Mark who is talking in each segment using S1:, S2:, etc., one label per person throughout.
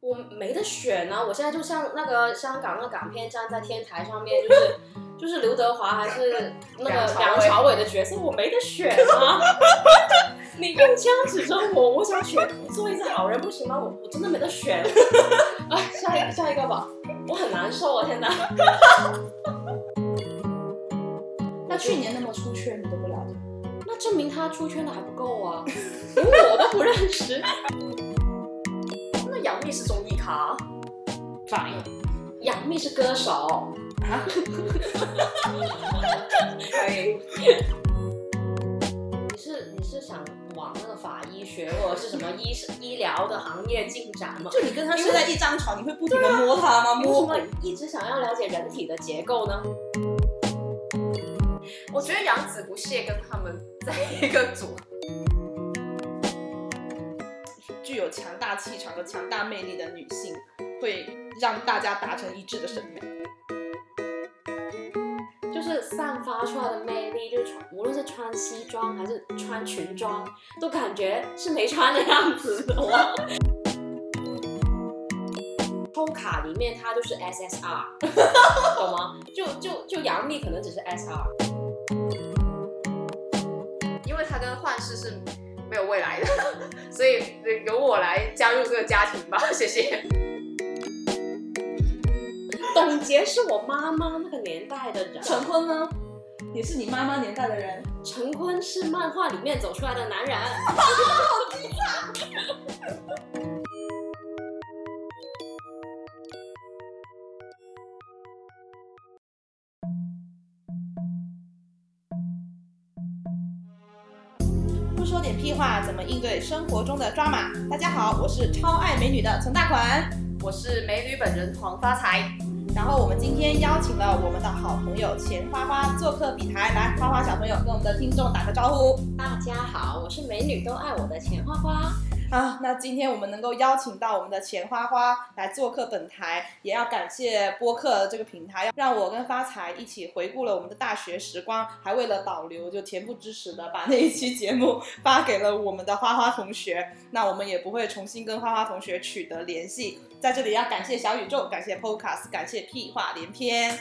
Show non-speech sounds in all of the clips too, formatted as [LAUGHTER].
S1: 我没得选啊！我现在就像那个香港那个港片站在天台上面，就是就是刘德华还是那个梁
S2: 梁
S1: 朝
S2: 朝
S1: 伟的角色，我没得选啊！ [LAUGHS] 你用枪指着我，我想选做一次好人不行吗？我我真的没得选。 [LAUGHS] 啊，下一个下一个吧，我很难受啊！天哪！ [LAUGHS]
S3: 那去年那么出圈，你都不了解。
S1: 那证明他出圈的还不够啊，连我都不认识。 [LAUGHS]
S2: 那杨幂是综艺
S1: 啊
S2: 咖，
S3: 反应
S1: 杨幂是歌手，
S3: 啊？
S2: 可以。
S1: 你是你是想往那个法医学或者是什么医生医疗的行业进展吗？
S3: 就你跟他睡在一张床，你会不停的摸他吗？
S1: 你为什
S3: 摸
S1: 么一直想要了解人体的结构呢？
S2: 我觉得杨子不屑跟他们在一个组，
S3: 具有强大气场和强大魅力的女性，会让大家达成一致的审美。
S1: 就是散发出来的魅力，就穿无论是穿西装还是穿裙装，都感觉是没穿的样子的。哦哇抽卡里面它就是 SSR，懂吗？就就就杨幂可能只是 SR，
S2: 因为她跟幻视是没有未来的，所以呃由我来加入这个家庭吧，谢谢。
S1: 董洁是我妈妈那个年代的人，
S3: 陈坤呢？也是你妈妈年代的人，
S1: 陈坤是漫画里面走出来的男人。
S3: 不说点屁话，怎么应对生活中的抓马？大家好，我是超爱美女的陈大款。
S2: 我是美女本人黄发财，
S3: 然后我们今天邀请了我们的好朋友钱花花做客比台，来，花花小朋友跟我们的听众打个招呼
S1: 大家好，我是美女都爱我的钱花花。
S3: 啊！那今天我们能够邀请到我们的钱花花来做客本台，也要感谢播客这个平台，让我跟发财一起回顾了我们的大学时光，还为了保留就恬不知耻的把那一期节目发给了我们的花花同学。 [LAUGHS] 那我们也不会重新跟花花同学取得联系，在这里要感谢小宇宙，感谢 Podcast，感谢屁话连篇。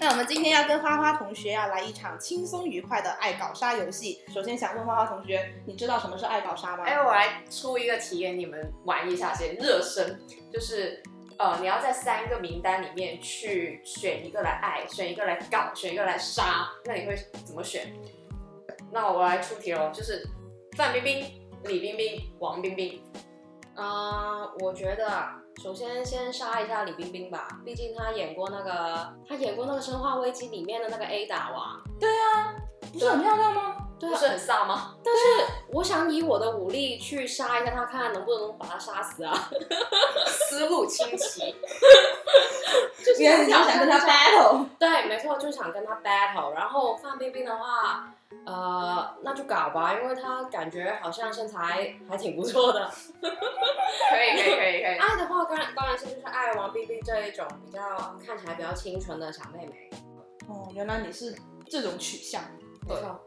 S3: 那我们今天要跟花花同学要来一场轻松愉快的爱搞杀游戏。首先想问花花同学，你知道什么是爱搞杀吗？
S2: 哎，我来出一个题给你们玩一下先，热身就是。呃，你要在三个名单里面去选一个来爱，选一个来搞，选一个来杀，那你会怎么选？那我来出题喽，就是范冰冰、李冰冰、王冰冰。
S1: 啊、我觉得啊首先先杀一下李冰冰吧，毕竟她演过那个，她演过那个《生化危机》里面的那个 Ada 王。
S2: 啊
S3: 不是很漂亮吗？
S1: 对
S2: 不
S1: 啊
S2: 是，很飒吗？
S1: 但是我想以我的武力去杀一下她，看能不能把她杀死啊！ [LAUGHS]
S2: 思路清奇，
S1: 就是
S3: 原来你是想跟他 battle，
S1: 对，没错，就想跟她 battle。然后范冰冰的话，呃，那就搞吧，因为她感觉好像身材还挺不错的。
S2: [LAUGHS] 可以可以可以可以。
S1: 爱的话，当然当然是就是爱王冰冰这一种比较看起来比较清纯的小妹妹。
S3: 哦，原来你是这种取向。
S1: 没
S2: 对
S1: 错。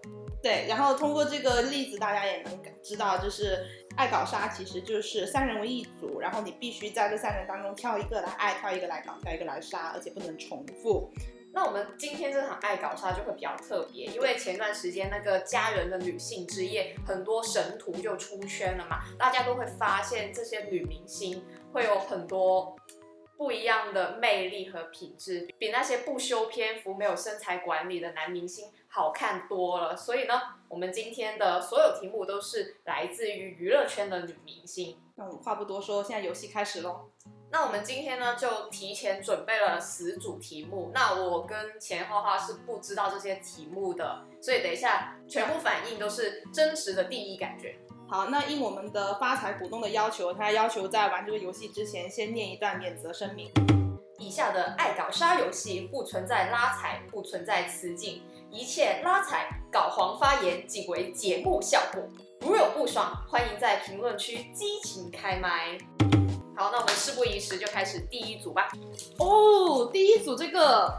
S3: 对，然后通过这个例子，大家也能感知道，就是爱搞杀其实就是三人为一组，然后你必须在这三人当中挑一个来爱，挑一个来搞，挑一个来杀，而且不能重复。
S2: 那我们今天这场爱搞啊杀就会比较特别，因为前段时间那个家人的女性之夜，很多神图就出圈了嘛，大家都会发现这些女明星会有很多不一样的魅力和品质，比那些不修篇幅、没有身材管理的男明星好看多了。所以呢，我们今天的所有题目都是来自于娱乐圈的女明星。
S3: 那我们话不多说，现在游戏开始喽。
S2: 那我们今天呢，就提前准备了十组题目。那我跟钱花花是不知道这些题目的，所以等一下全部反应都是真实的第一感觉。
S3: 好，那应我们的发财股东的要求，他要求在玩这个游戏之前先念一段免责声明。
S2: 以下的爱搞杀游戏不存在拉踩，不存在雌竞，一切拉踩、搞黄发言仅为节目效果。如有不爽，欢迎在评论区激情开麦。好，那我们事不宜迟，就开始第一组吧。
S3: 哦，第一组这个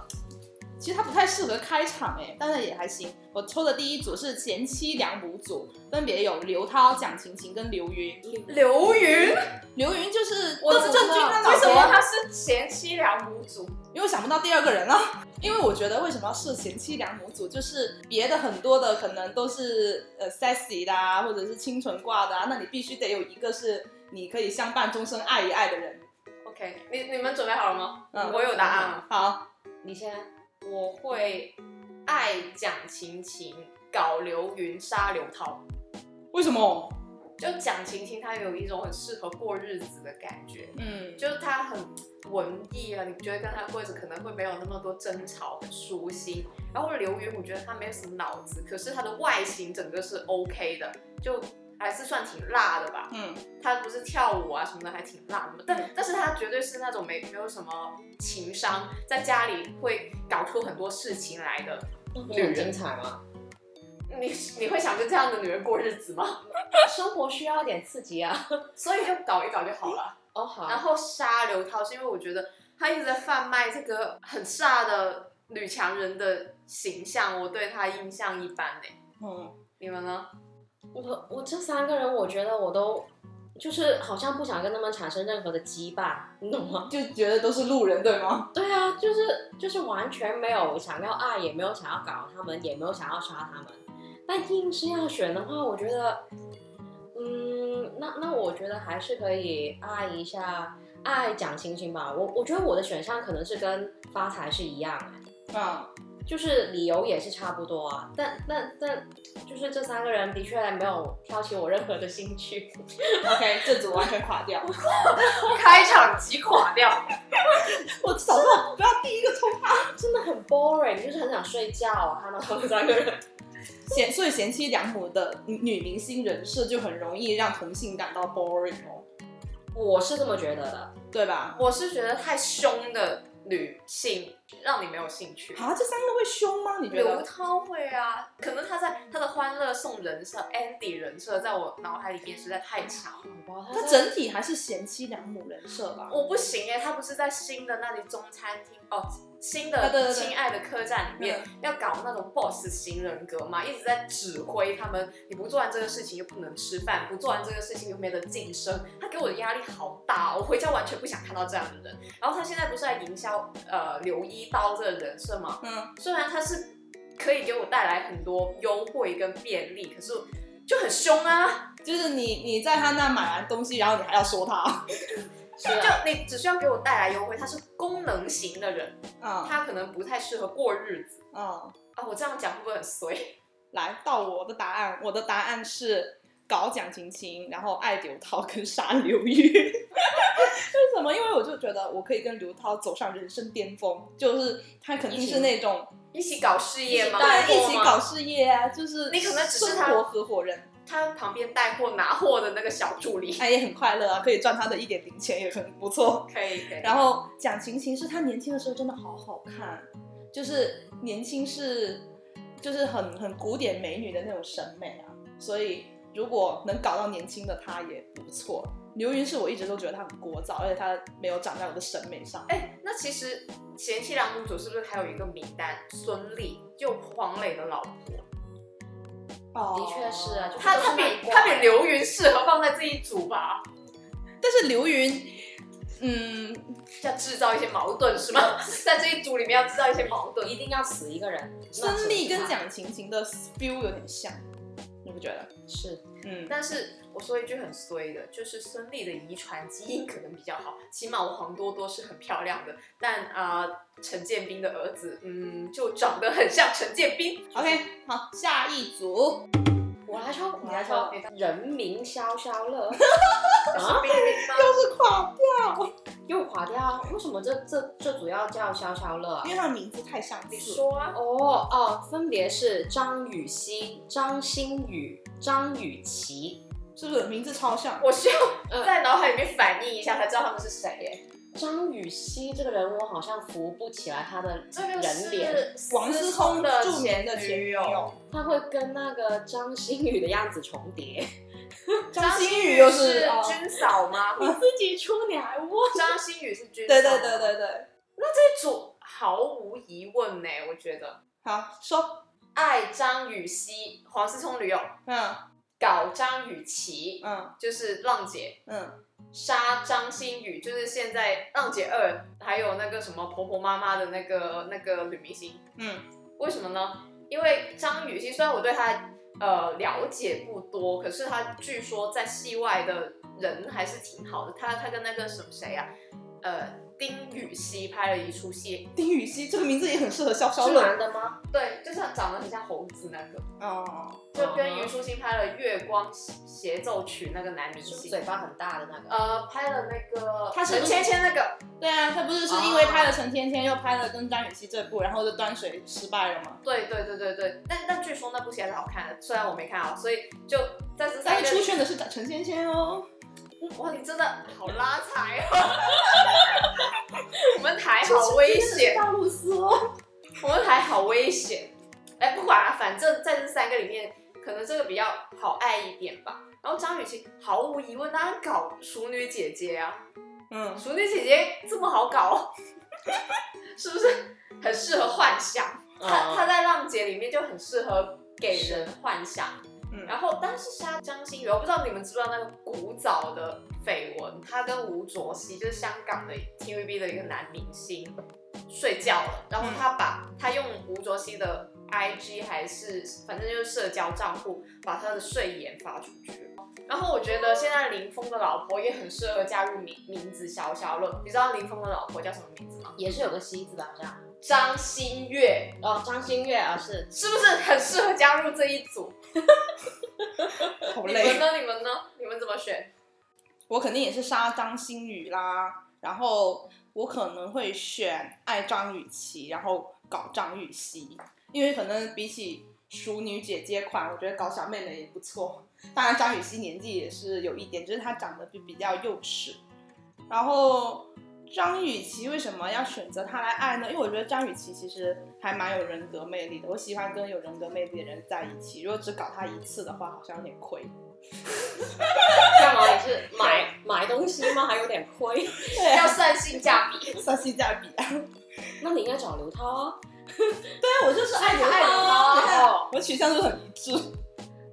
S3: 其实它不太适合开场哎，但是也还行。我抽的第一组是贤妻良母组，分别有刘涛、蒋勤勤跟刘云。
S2: 刘云，
S3: 刘云就是
S1: 我
S3: 窦
S1: 知
S3: 正
S1: 道
S3: 军的老
S2: 为
S3: 婆
S2: 什么他是贤妻良母组？
S3: 因为我想不到第二个人了。因为我觉得为什么要设贤妻良母组，就是别的很多的可能都是呃 sexy 的啊，或者是清纯挂的啊，那你必须得有一个是你可以相伴终身爱一爱的人。
S2: OK，你你们准备好了吗？
S3: 嗯，
S2: 我有答案了。
S3: 好，
S2: 你先，我会爱蒋勤勤，搞刘云，杀刘涛。
S3: 为什么？
S2: 就蒋勤勤，她有一种很适合过日子的感觉，
S3: 嗯，
S2: 就是她很文艺啊，你觉得跟她过日子可能会没有那么多争吵，很舒心。然后刘云，我觉得她没有什么脑子，可是她的外形整个是 OK 的，就还是算挺辣的吧。
S3: 嗯，
S2: 他不是跳舞啊什么的，还挺辣的，但但是他绝对是那种没没有什么情商，在家里会搞出很多事情来的。
S1: 那不是很嗯精彩吗？ [LAUGHS]
S2: 你你会想跟这样的女人过日子吗？
S1: 生活需要一点刺激啊。
S2: [LAUGHS] 所以就搞一搞就好了。
S1: 哦，好
S2: 然后杀刘涛是因为我觉得他一直在贩卖这个很飒的女强人的形象，我对她印象一般呢、
S3: 嗯，
S2: 你们呢？
S1: 我我这三个人，我觉得我都就是好像不想跟他们产生任何的羁绊，你懂吗？
S3: 就觉得都是路人对吗？
S1: 对啊，就是就是完全没有想要爱，也没有想要搞他们，也没有想要杀他们。但硬是要选的话，我觉得，嗯，那那我觉得还是可以爱一下，爱蒋勤勤吧。我我觉得我的选项可能是跟发财是一样、哎
S3: 啊，
S1: 就是理由也是差不多啊，但但但就是这三个人的确没有挑起我任何的兴趣。 [LAUGHS]
S3: OK，这 [LAUGHS] 组完全垮掉。
S2: 开场即垮掉。
S3: 我早知道不要第一个冲他。
S1: 真的很 boring，就是很想睡觉啊。看到他们三个人， [LAUGHS]
S3: 贤所以贤妻良母的女女明星人设就很容易让同性感到 boring 哦，
S1: 我是这么觉得的。
S3: 对吧？
S2: 我是觉得太凶的女性让你没有兴趣。
S3: 啊，这三个会凶吗？你觉
S2: 刘
S3: 得？
S2: 涛会啊，可能他在他的欢乐颂人设 Andy 人设在我脑海里面实在太强了，
S1: 好吧，
S3: 他整体还是贤妻良母人设吧。
S2: 我不行哎、他不是在新的那里中餐厅哦，新的
S3: 啊对嗯对对
S2: 亲爱的客栈里面要搞那种 boss 型人格嘛，一直在指挥他们，你不做完这个事情就不能吃饭，不做完这个事情就没得晋升，他给我的压力好大、哦，我回家完全不想看到这样的人。然后他现在不是在营销呃刘一刀这个人设吗？
S3: 嗯，
S2: 虽然它是可以给我带来很多优惠跟便利，可是就很凶啊！
S3: 就是你你在他那买完东西，然后你还要说他，
S1: 是
S2: 就
S1: 啊，
S2: 你只需要给我带来优惠，他是功能型的人，
S3: 啊
S2: 他可能不太适合过日子
S3: 啊！
S2: 啊。我这样讲会不会很 [LAUGHS] 衰？
S3: 来到我的答案，我的答案是搞蒋勤勤，然后爱刘涛跟杀刘玉。 [LAUGHS] 为什么？因为我就觉得我可以跟刘涛走上人生巅峰，就是他肯定是那种
S2: 一起搞事业吗？
S3: 对一
S2: 带
S3: 起
S2: 货吗
S3: 搞。事业啊，就是
S2: 你可能只是
S3: 生
S2: 他
S3: 活合伙人，
S2: 他旁边带货拿货的那个小助理，
S3: 他也很快乐啊，可以赚他的一点零钱，也很不错。
S2: [LAUGHS] 可以可以。
S3: 然后蒋勤勤是她年轻的时候真的好好看，就是年轻是就是很很古典美女的那种审美啊，所以如果能搞到年轻的她也不错。刘云是我一直都觉得她很聒噪，而且她没有长在我的审美上。
S2: 哎，那其实贤妻良母组是不是还有一个名单？孙俪，就黄磊的老婆，
S3: 哦
S1: 的确是啊就
S2: 她她比她比刘云适合放在这一组吧？
S3: 但是刘云，嗯，
S2: 要制造一些矛盾是 [LAUGHS] 吗？在这一组里面要制造一些矛盾。
S1: 一定要死一个人。
S3: 孙俪跟
S1: 蒋
S3: 蒋勤勤的 feel 有点像，你不觉得？
S1: 是
S3: 嗯，
S2: 但是我说一句很衰的，就是孙俪的遗传基因可能比较好，起码我黄多多是很漂亮的，但啊、呃陈建斌的儿子，嗯，就长得很像陈建斌。
S3: OK，好，下一组，
S1: 我来抽，
S2: 你
S1: 我
S2: 来
S1: 来
S2: 抽
S1: 抽，人民消消乐
S2: 是
S1: 啊，
S2: 冰冰吗？
S3: 就是垮，
S1: 又垮掉啊。为什么这这这组要叫消消乐啊
S3: 因？为他的名字太相
S2: 你
S3: 似了。
S2: 说啊，
S1: 哦哦，分别是张雨绮、张馨予、张雨绮、
S3: 是不是名字超像？
S2: 我需要在脑海里面反应一下，才知道他们是谁耶。
S1: 张雨绮这个人，我好像扶不起来她的
S2: 这个
S1: 人脸。
S2: 是
S3: 王思聪
S2: 的
S3: 著名的前女友，
S1: 他会跟那个张馨予的样子重叠。
S2: 张馨
S3: 馨
S2: 予
S3: 予又
S2: 是
S3: 哦
S2: 军嫂吗？
S1: 自己出你还问？
S2: 张馨予是军嫂。
S3: 对对对。对对，
S2: 组毫无疑问呢、我觉得
S3: 好说，
S2: 爱张雨绮，黄思聪女友，
S3: 嗯
S2: 搞张雨绮，
S3: 嗯
S2: 就是浪姐，
S3: 嗯，
S2: 杀张馨予，就是现在浪姐二，还有那个什么婆婆妈妈的那个那个女明星，
S3: 嗯，
S2: 为什么呢？因为张雨绮虽然我对她呃了解不多，可是她据说在戏外的人还是挺好的。她她跟那个什么谁啊，呃丁禹兮拍了一出戏，
S3: 丁禹兮这个名字也很适合消消
S1: 是
S3: 乐
S1: 男的吗？
S2: 对，就是长得很像猴子那个，
S3: 哦，
S2: 就跟虞书欣拍了《月光协奏曲》那个男明
S1: 是不是
S2: 星，
S1: 嘴巴很大的那个？
S2: 呃拍了那个
S3: 他是
S2: 陈芊芊那个。
S3: 对啊，他不是是因为拍了陈天天，又拍了跟张雨绮这部，然后就端水失败了嘛。
S2: 对对对对对，但但据说那部戏还是好看的，虽然我没看啊，所以就在这三
S3: 但
S2: 个
S3: 是出圈的是陈芊芊哦，
S2: 哇，你真的好拉踩哦！我们台好危险，
S3: 大露丝哦。
S2: 我们台好危险。哎，不管了、反正在这三个里面，可能这个比较好爱一点吧。然后张雨绮毫无疑问，当然搞熟女姐姐啊，
S3: 嗯，
S2: 熟女姐姐这么好搞，是不是很适合幻想？
S1: 嗯
S2: 她
S1: 哦
S2: 她在浪姐里面就很适合给人幻想。
S3: 嗯
S2: 然后，但是杀张馨予，我不知道你们知不知道那个古早的绯闻，他跟吴卓羲就是香港的 TVB 的一个男明星睡觉了，然后他把、他用吴卓羲的 IG 还是反正就是社交账户，把他的睡颜发出去。然后我觉得现在林峰的老婆也很适合加入名名字消消乐，你知道林峰的老婆叫什么名字吗？
S1: 也是有个西字吧，好像。
S2: 张馨月。
S1: 哦，张馨月啊，是
S2: 是不是很适合加入这一组？
S3: 好
S2: 你
S3: 累。
S2: 们呢？你们呢？你们怎么选？
S3: 我肯定也是杀张馨予啦，然后我可能会选爱张雨绮，然后搞张雨绮，因为可能比起熟女姐姐款，我觉得搞小妹妹也不错。当然张雨绮年纪也是有一点，就是她长得比比较幼齿。然后张雨绮为什么要选择她来爱呢？因为我觉得张雨绮其实还蛮有人格魅力的，我喜欢跟有人格魅力的人在一起。如果只搞她一次的话，好像有点亏。 [LAUGHS]
S1: 干嘛？你是买买东西吗？还有点亏。
S3: 对
S2: 要算性价比。
S3: [LAUGHS] 算性价比啊。
S1: [LAUGHS] 那你应该找刘涛啊。
S3: 对，我就是爱刘啊
S2: 爱刘
S3: 涛，你
S2: 涛
S3: 看我取向都很一致。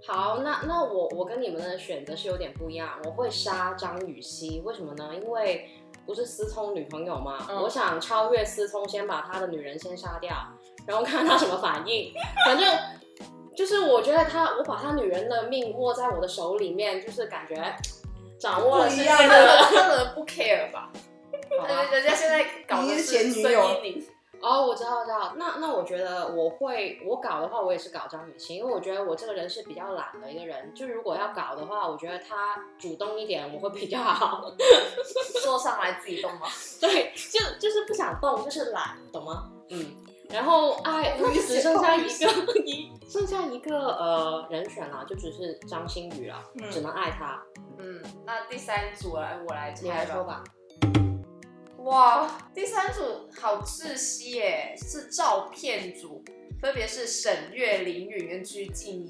S1: 好，那那我我跟你们的选择是有点不一样，我会杀张雨绮，为什么呢？因为不是思聪女朋友嘛，
S2: 嗯
S1: 我想超越思聪，先把他的女人先杀掉，然后看他什么反应。 [LAUGHS] 反正就是我觉得他，我把他女人的命握在我的手里面，就是感觉掌握了
S3: 不一
S1: 世
S3: 样
S1: 界
S2: 他
S1: 的。
S2: 可能不 care 吧，
S1: 好吧
S2: 人家现在搞的
S3: 你
S2: 是
S3: 是前女
S2: 孙
S3: 友
S2: 一宁，
S1: 哦，我知道，我知道。那那我觉得我会，我搞的话，我也是搞张雨绮，因为我觉得我这个人是比较懒的一个人，就如果要搞的话，我觉得他主动一点，我会比较好。 [LAUGHS]
S2: 坐上来自己动吗？
S1: 对，就就是不想动，就是懒，懂吗？嗯。然后爱
S3: 我
S1: 那就只剩下一
S3: 写
S1: 个一，剩下一个呃人选了，就只是张馨予了，
S3: 嗯
S1: 只能爱他。
S2: 嗯，那第三组来我来
S1: 你来
S2: 猜
S1: 说
S2: 吧。
S1: 吧，
S3: [LAUGHS]
S2: 哇，第三组好窒息耶，是照片组，分别是沈月、林允跟鞠婧祎。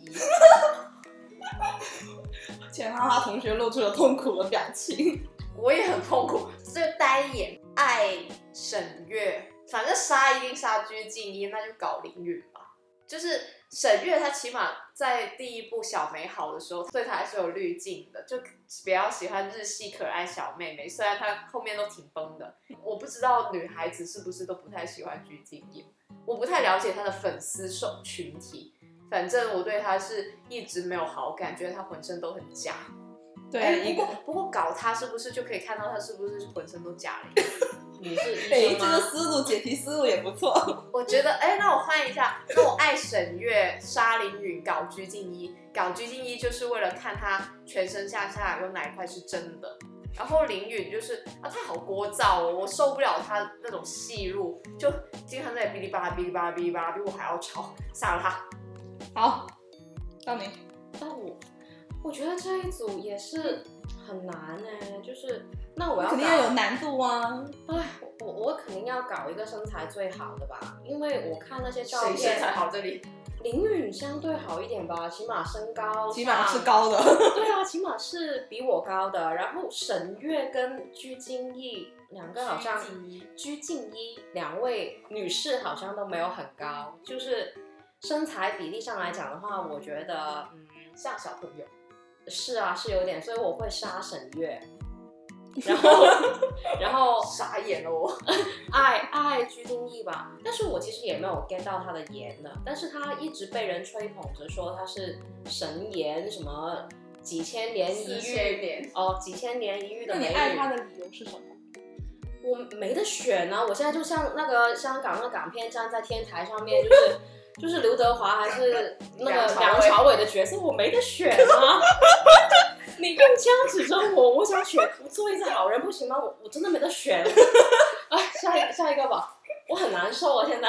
S3: 钱花花同学露出了痛苦的表情。
S2: 我也很痛苦，就呆眼爱沈月，反正杀一定杀鞠婧祎，那就搞林允吧。就是沈月，她起码在第一部《小美好》的时候，对她还是有滤镜的，就比较喜欢日系可爱小妹妹。虽然她后面都挺崩的，我不知道女孩子是不是都不太喜欢鞠婧祎，我不太了解她的粉丝受群体。反正我对她是一直没有好感，觉得她浑身都很假。
S3: [LAUGHS]
S2: 哎，
S3: 对，一
S2: 不
S3: 个
S2: 过不过搞他是不是就可以看到他是不是浑身都假了？
S1: 你是
S3: 哎，
S1: 医生
S3: 这个
S1: 吗？
S3: 思路解题思路也不错。
S1: 嗯
S2: 我觉得，哎，那我换一下，那我爱沈月、沙林允搞鞠婧祎，搞鞠婧祎就是为了看她全身上下有哪一块是真的。然后林允就是啊，她好聒噪哦，我受不了她那种戏路，就经常在哔哩吧啦、哔哩吧啦、哔哩吧啦，比我还要吵，杀了她。
S3: [LAUGHS] 好，到你。
S1: 但我我觉得这一组也是很难呢、就是那我要
S3: 肯定
S1: 搞
S3: 要有难度啊！
S1: 哎，我我肯定要搞一个身材最好的吧，因为我看那些照
S2: 谁身
S1: 片，
S2: 材好这里？
S1: 林允相对好一点吧，起码身高，
S3: 起码是。高的，
S1: 对啊，起码是比我高的。然后沈月跟鞠婧祎两个好像，鞠婧祎两位女士好像都没有很高，就是身材比例上来讲的话，我觉得嗯
S2: 像小朋友，
S1: 是啊是有点，所以我会杀沈
S3: [LAUGHS]
S1: 月。然后，然后
S2: 傻眼了我。
S1: 爱爱鞠婧祎吧，但是我其实也没有 get 到她的颜的，但是她一直被人吹捧着说她是神颜，什么几千年一
S2: 四千
S1: 哎遇
S2: 年
S1: 哦，几千年一遇的
S3: [LAUGHS] 那你
S1: 美
S3: 爱
S1: 女
S3: 他，的理由是什么？
S1: 我没得选啊！我现在就像那个香港那个港片站在天台上
S2: [LAUGHS]
S1: 面，就是就是刘德华还是那个
S2: 梁朝伟
S1: 梁朝伟的角色，我没得选啊！ [LAUGHS] 你用枪指着我，我想选做一次好人不行吗？我我真的没得选。 [LAUGHS] 啊，下一下一个吧，我很难受啊！现在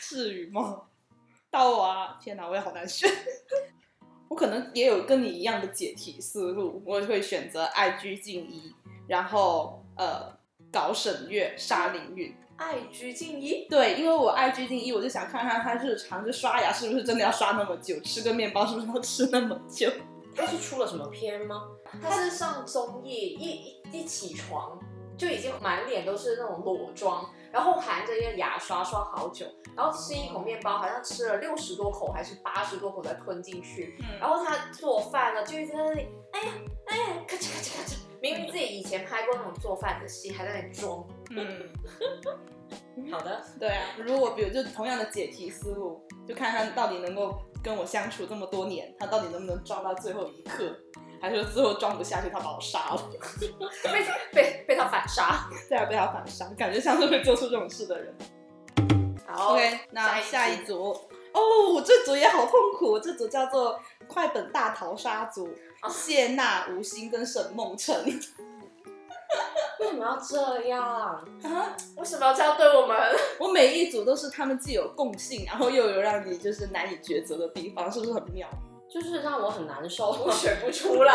S3: 至于吗？到我啊！天哪，我也好难选。 [LAUGHS] 我可能也有跟你一样的解题思路，我会选择爱居静一，然后呃搞沈月杀凌云。
S2: 爱鞠婧祎，
S3: 对，因为我爱鞠婧祎，我就想看看她日常就刷牙是不是真的要刷那么久，吃个面包是不是要吃那么久。
S1: 他是出了什么片吗？
S2: 她是上综艺一一一起床就已经满脸都是那种裸妆，然后含着一个牙刷刷好久，然后吃一口面包，好像吃了六十多口还是八十多口才吞进去，
S3: [LAUGHS]
S2: 然
S3: 嗯，
S2: 后他做饭呢，就一直在那里，哎呀，哎呀，咔嚓咔嚓咔嚓。明明自己以前拍过那种做饭的戏，还在那里装。
S3: 嗯，
S1: 好的，
S3: 对啊，如果比如就同样的解题思路，就看看到底能够跟我相处这么多年，他到底能不能装到最后一刻，还是最后装不下去，他把我杀了。
S2: 被被被他反杀。
S3: 再被他反杀，感觉像是会做出这种事的人。
S2: 好
S3: OK，那
S2: 下
S3: 下
S2: 一
S3: 一组哦，这组也好痛苦，这组叫做快本大逃杀组，
S2: 哦
S3: 谢娜、吴昕跟沈梦辰。
S1: 为什么要这样？
S3: 啊，
S2: 为什么要这样对我们？ [LAUGHS]
S3: 我每一组都是他们既有共性，然后又有让你就是难以抉择的地方，是不是很妙？
S1: 就是让我很难受。
S2: 我选不出来。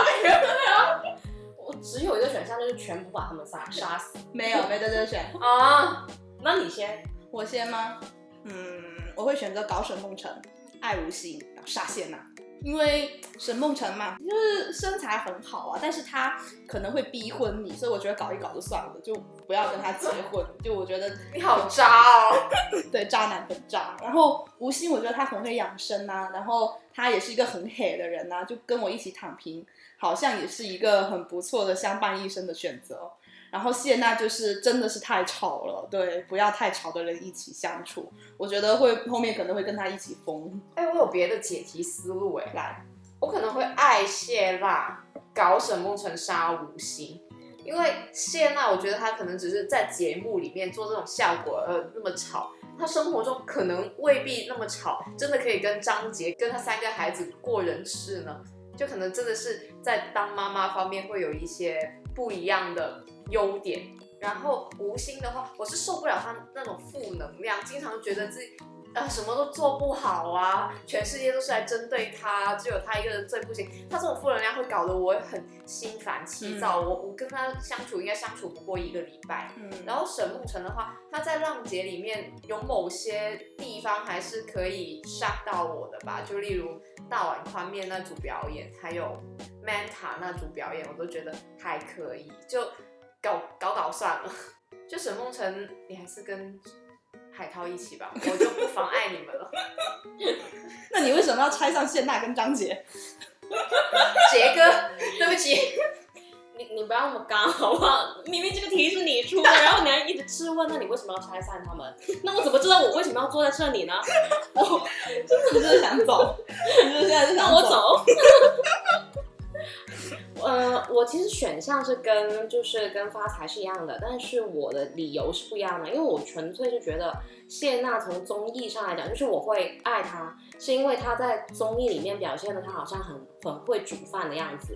S1: 我只有一个选项，就是全部把他们杀杀死。
S3: 没 [LAUGHS] 有，没得这选，
S2: 啊，
S1: 那你先，
S3: 我先吗？嗯，我会选择搞沈梦辰，爱吴昕，然后杀谢娜。因为沈梦辰嘛，就是身材很好啊，但是他可能会逼婚你，所以我觉得搞一搞就算了，就不要跟他结婚。就我觉得
S2: 你好渣哦！
S3: 对渣男本渣。然后吴昕，我觉得他很会养生啊，然后他也是一个很黑的人啊，就跟我一起躺平，好像也是一个很不错的相伴一生的选择。然后谢娜就是真的是太吵了，对，不要太吵的人一起相处，我觉得会后面可能会跟他一起疯
S2: 哎，我有别的解题思路哎，
S3: 来，
S2: 我可能会爱谢娜，搞沈梦辰杀吴昕。因为谢娜，我觉得她可能只是在节目里面做这种效果，呃，那么吵。她生活中可能未必那么吵，真的可以跟张杰跟她三个孩子过人世呢。就可能真的是在当妈妈方面会有一些不一样的优点。然后吴昕的话，我是受不了她那种负能量，经常觉得自己呃什么都做不好啊，全世界都是来针对她，只有她一个人最不行。她这种负能量会搞得我很心烦气躁，我我跟她相处应该相处不过一个礼拜。
S3: 嗯，
S2: 然后沈梦辰的话，他在浪姐里面有某些地方还是可以 shock 到我的吧，就例如大碗宽面那组表演，还有 Manta 那组表演，我都觉得还可以，就搞搞搞算了。 [LAUGHS] 就沈梦辰，你还是跟海涛一起吧，我就不妨碍你们了。 [LAUGHS]
S3: 那你为什么要拆散谢娜跟张杰？ [LAUGHS]
S2: 杰哥，对不起，
S1: 你你不要那么刚好不好？明明这个题是你出的，然后你还一直质问，那你为什么要拆散他们？那我怎么知道我为什么要坐在这里呢？我
S3: 你就是想走，你就是现在就想
S1: 让我走。 [LAUGHS] 呃，我其实选项是跟就是跟发财是一样的，但是我的理由是不一样的，因为我纯粹是觉得谢娜从综艺上来讲，就是我会爱她，是因为她在综艺里面表现的她好像很很会煮饭的样子，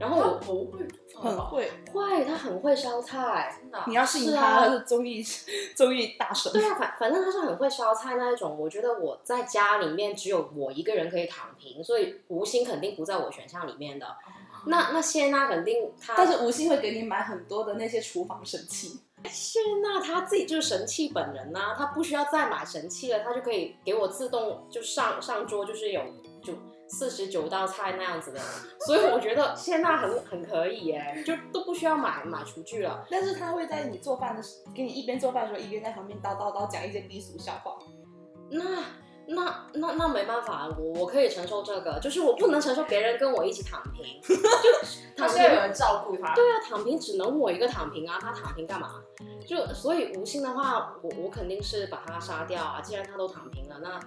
S1: 然后
S3: 啊
S1: 我
S2: 不会，
S3: 很会，
S1: 会，她很会烧菜，
S2: 真的啊。
S3: 你要信
S1: 哦是
S3: 他，
S1: 啊
S3: 他是综艺综艺大神。
S1: 对啊，反反正他是很会烧菜那一种。我觉得我在家里面只有我一个人可以躺平，所以吴昕肯定不在我选项里面的。那那谢娜肯定她，
S3: 但是吴昕会给你买很多的那些厨房神器，
S1: 谢娜她自己就是神器本人呐、她不需要再买神器了，她就可以给我自动就上上桌，就是有就四十九道菜那样子的。所以我觉得谢娜很很可以耶，就都不需要买买厨具了。
S3: 但是他会在你做饭的时，给你一边做饭的时候，一边在旁边叨叨叨讲一些低俗笑话。
S1: 那那那那没办法，我我可以承受这个，就是我不能承受别人跟我一起躺平，就
S2: 他
S1: 躺
S2: 是
S1: 平
S2: 要有人照顾他。
S1: 对啊，躺平只能我一个躺平啊，他躺平干嘛？就所以吴昕的话，我我肯定是把他杀掉啊。既然他都躺平了，那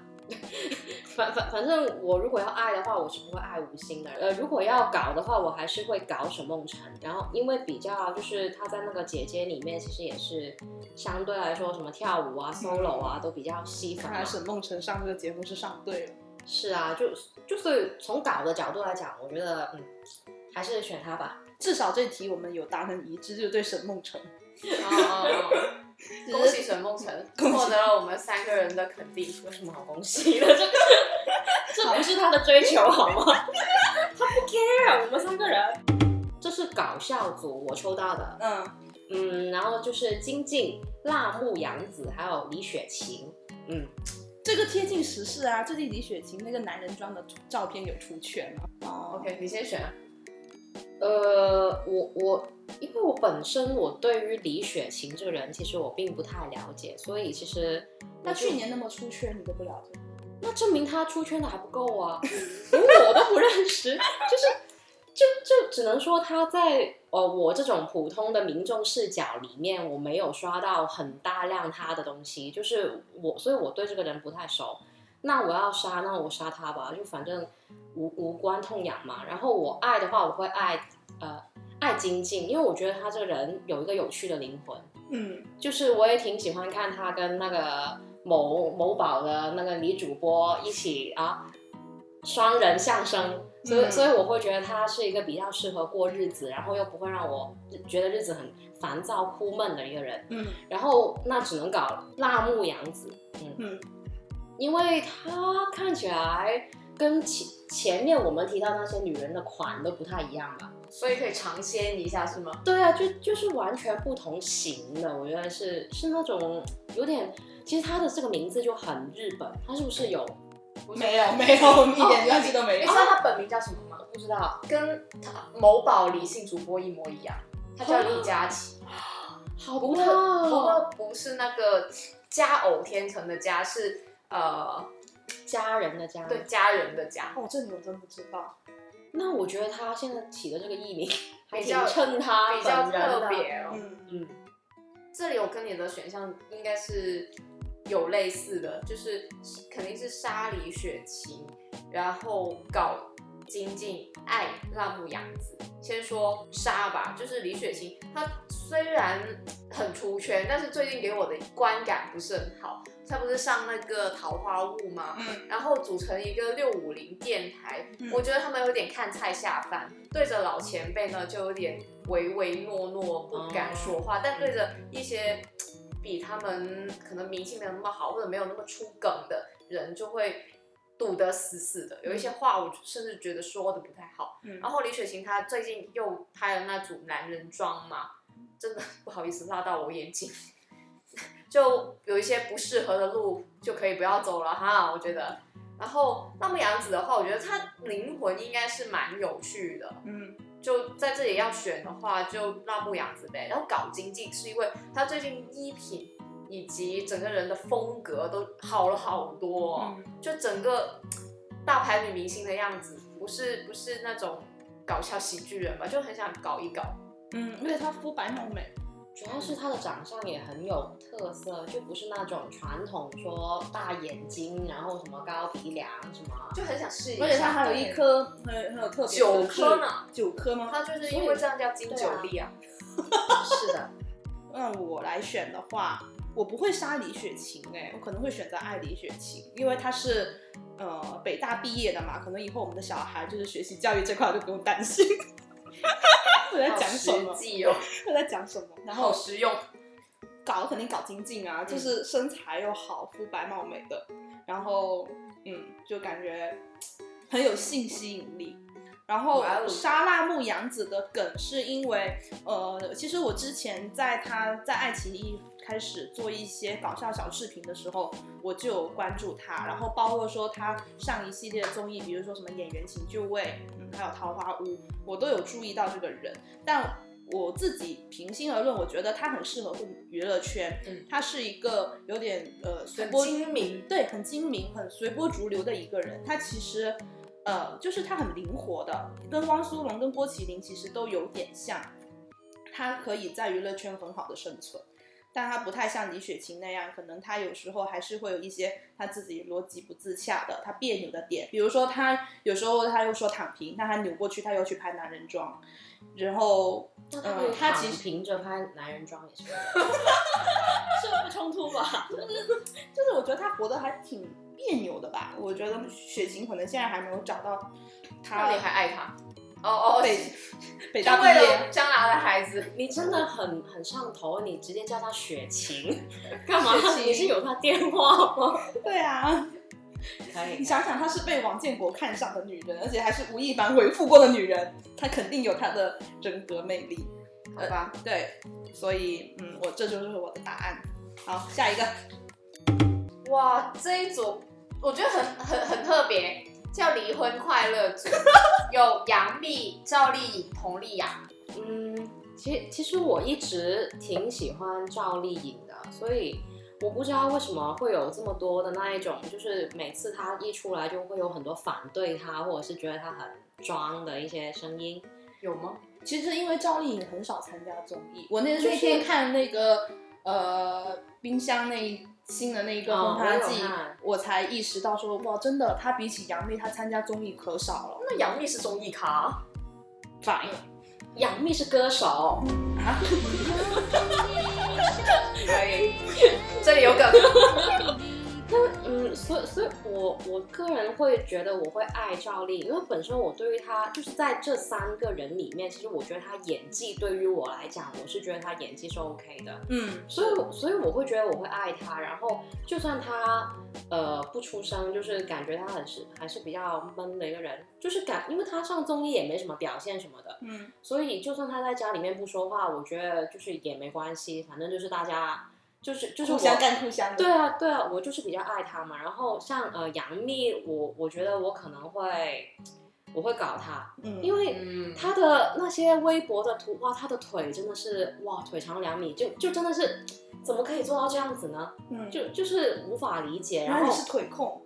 S1: [LAUGHS] 反反反正我如果要爱的话，我是不会爱吴昕的。呃，如果要搞的话，我还是会搞沈梦辰。然后因为比较就是他在那个姐姐里面，其实也是相对来说什么跳舞啊、solo 啊都比较吸粉
S3: 看
S1: 嘛
S3: 来。沈梦辰上这个节目是上对了。
S1: 是啊，就就所以从搞的角度来讲，我觉得嗯，还是选他吧。
S3: 至少这题我们有达成一致，就是对沈梦辰。
S2: 哦
S3: 只
S2: 恭
S3: 是
S2: 喜沈梦辰
S3: 恭喜
S2: 获得了我们三个人的肯定。
S1: 有什么好恭喜的？这个
S3: 啊
S1: 这不是他的追求好吗？ [LAUGHS] 他不 care 我们三个人。这是搞笑组我抽到的，
S3: 嗯，
S1: 嗯，然后就是金靖、辣目洋子还有李雪琴，嗯，
S3: 这个贴近时事啊，最近李雪琴那个男人装的照片有出圈了。哦
S2: OK，你先选啊。
S1: 呃，我我因为我本身我对于李雪琴这个人其实我并不太了解，所以其实
S3: 那
S1: 我就
S3: 去年那么出圈，你都不了解？
S1: 那证明他出圈的还不够啊，连我都不认识，就是就就只能说他在呃我这种普通的民众视角里面，我没有刷到很大量他的东西，就是我，所以我对这个人不太熟。那我要杀，那我杀他吧，就反正无无关痛痒嘛。然后我爱的话，我会爱呃爱金靖，因为我觉得他这个人有一个有趣的灵魂。
S3: 嗯，
S1: 就是我也挺喜欢看他跟那个某某宝的那个女主播一起啊双人相声，所以、
S3: 嗯
S1: 所以我会觉得他是一个比较适合过日子，然后又不会让我觉得日子很烦躁枯闷的一个人。
S3: 嗯，
S1: 然后那只能搞辣目洋子，嗯
S3: 嗯，
S1: 因为他看起来跟前前面我们提到那些女人的款都不太一样吧。
S2: 所以可以尝鲜一下是吗？
S1: 对啊，就就是完全不同型的，我觉得是是那种有点，其实他的这个名字就很日本，他是不是有？
S3: 没有没有，一点关系都没
S2: 你
S3: 有
S2: 知。道他哎本名叫什么吗？
S1: 不知道，
S2: 跟他某宝李姓主播一模一样，他叫李佳琦，
S1: 好
S2: 不
S1: 不
S2: 过不
S1: 到
S2: 过不是那个佳偶天成的佳，是呃
S1: 家人的家。
S2: 对，家人的家。
S3: 哦，这里我真不知道。
S1: 那我觉得他现在起的这个艺
S2: [LAUGHS]
S1: 名还
S2: 比
S1: 挺
S2: 较
S1: 衬他
S2: 比较
S1: 本人
S2: 特
S1: 的。
S2: 别哦，
S3: 嗯，
S1: 嗯，
S2: 这里我跟你的选项应该是有类似的，就是肯定是沙里雪琴，然后搞金靖爱辣目洋子。先说沙吧，就是李雪琴，她虽然很出圈，但是最近给我的观感不是很好。她不是上那个桃花坞吗？
S3: 嗯，
S2: 然后组成一个六五零电台，
S3: 嗯
S2: 我觉得他们有点看菜下饭，对着老前辈呢就有点唯唯诺诺，不敢说话，但对着一些嘖比他们可能名气没有那么好或者没有那么出梗的人，就会堵得死死的。有一些话我甚至觉得说的不太好。
S3: 嗯
S2: 然后李雪琴她最近又拍了那组男人装嘛，真的不好意思辣到我眼睛， [LAUGHS] 就有一些不适合的路就可以不要走了哈，我觉得。然后那木杨子的话，我觉得她灵魂应该是蛮有趣的，
S3: 嗯，
S2: 就在这里要选的话，就辣目洋子呗。然后搞经济是因为他最近衣品以及整个人的风格都好了好多哦、
S3: 嗯
S2: 就整个嘖大牌女明星的样子，不是不是那种搞笑喜剧人吧，就很想搞一搞。
S3: 嗯，而且他肤白貌美。
S1: 主要是他的长相也很有特色，就不是那种传统说大眼睛，然后什么高鼻梁什么。
S2: 就很想试一下，
S3: 而且他还有一颗很很有特别的
S2: 九颗呢，
S3: 九颗吗？
S2: 他就是因为这样叫金九力啊，
S1: 是
S2: [LAUGHS]
S1: 的，
S3: 让我来选的话，我不会杀李雪琴哎、我可能会选择爱李雪琴，因为她是呃北大毕业的嘛，可能以后我们的小孩就是学习教育这块就不用担心。 [LAUGHS] 我在
S2: 好
S3: 讲什么
S2: 实？际哦，
S3: 我在讲什么？然
S2: 好
S3: 后
S2: 实用。
S3: 搞肯定搞精进
S2: 嗯
S3: 啊，就是身材又好，肤白貌美的，然后嗯，就感觉很有性吸引力。然后
S2: 哇哦
S3: 沙拉木洋子的梗是因为，呃，其实我之前在她在爱奇艺开始做一些搞笑小视频的时候，我就有关注她，然后包括说她上一系列的综艺，比如说什么演员请就位，嗯，还有桃花坞，我都有注意到这个人，但。我自己平心而论，我觉得她很适合混娱乐圈，
S2: 嗯
S3: 她是一个有点呃随
S2: 很
S3: 波
S2: 精明，
S3: 对，很精明，很随波逐流的一个人。他其实，呃，就是他很灵活的，跟汪苏泷、跟郭麒麟其实都有点像。他可以在娱乐圈很好的生存，但他不太像李雪琴那样，可能他有时候还是会有一些他自己逻辑不自洽的，他别扭的点。比如说他有时候他又说躺平，但他扭过去他又去拍男人装，然后
S1: 那
S3: 嗯
S1: 他们
S3: 他
S1: 躺
S3: 其实
S1: 平着拍男人装也是，这不冲突
S3: [LAUGHS]
S1: 吧？
S3: 就是我觉得他活得还挺别扭的吧。我觉得雪琴可能现在还没有找到他
S2: 那你还爱他？哦
S3: [LAUGHS]
S2: 哦，
S3: 北北
S2: 他
S3: 大
S2: 为
S3: 毕
S2: 了
S3: 业，
S2: 将来的孩子，
S1: 你真的很很上头，你直接叫他雪晴，干嘛
S3: 雪？晴
S1: 你是有他电话吗？
S3: 对啊，
S1: 可以
S3: 你，想想，她是被王建国看上的女人，而且还是吴亦凡回复过的女人，她肯定有她的人格魅力。
S2: 好吧？
S3: 对，所以嗯，我这就是我的答案。好，下一个，
S2: 哇，这一组我觉得很很很特别，叫离婚快乐 [LAUGHS] 组，有杨幂、赵丽颖、佟丽娅。
S1: 嗯，其实其实我一直挺喜欢赵丽颖的，所以我不知道为什么会有这么多的那一种，就是每次她一出来就会有很多反对她，或者是觉得她很装的一些声音。
S2: 有吗？
S3: 其实因为赵丽颖很少参加综艺，我那
S1: 就是
S3: 那天看那个呃冰箱那一新的那一个
S1: 哦
S3: 轰趴
S1: 我有
S3: 季
S1: 看，
S3: 我才意识到说哇，真的，她比起杨幂，她参加综艺可少了。
S2: 那杨幂是综艺咖啊，
S1: 反杨幂是歌手，
S3: 啊
S2: 可以，这里有 [LAUGHS] 梗。
S1: 嗯，所以所以我我个人会觉得我会爱赵丽颖，因为本身我对于她就是在这三个人里面，其实我觉得她演技对于我来讲，我是觉得她演技是 OK 的。 [LAUGHS]
S3: 嗯，
S1: 所以我，所以我会觉得我会爱他。然后，就算他呃不出声，就是感觉他很是还是比较闷的一个人，就是感，因为他上综艺也没什么表现什么的，
S3: 嗯。
S1: 所以就算他在家里面不说话，我觉得就是也没关系，反正就是大家就是就是
S3: 互
S1: 我
S3: 相干互相的。
S1: 对啊，对啊，我就是比较爱他嘛。然后像呃杨幂，我我觉得我可能会我会搞他，
S3: 嗯，
S1: 因为
S2: 嗯，
S1: 他的那些微博的图，哇，他的腿真的是哇，腿长两米，就就真的是怎么可以做到这样子呢？
S3: 嗯，
S1: 就就是无法理解。
S3: 然后
S1: 然
S3: 你
S1: 后
S3: 是腿控，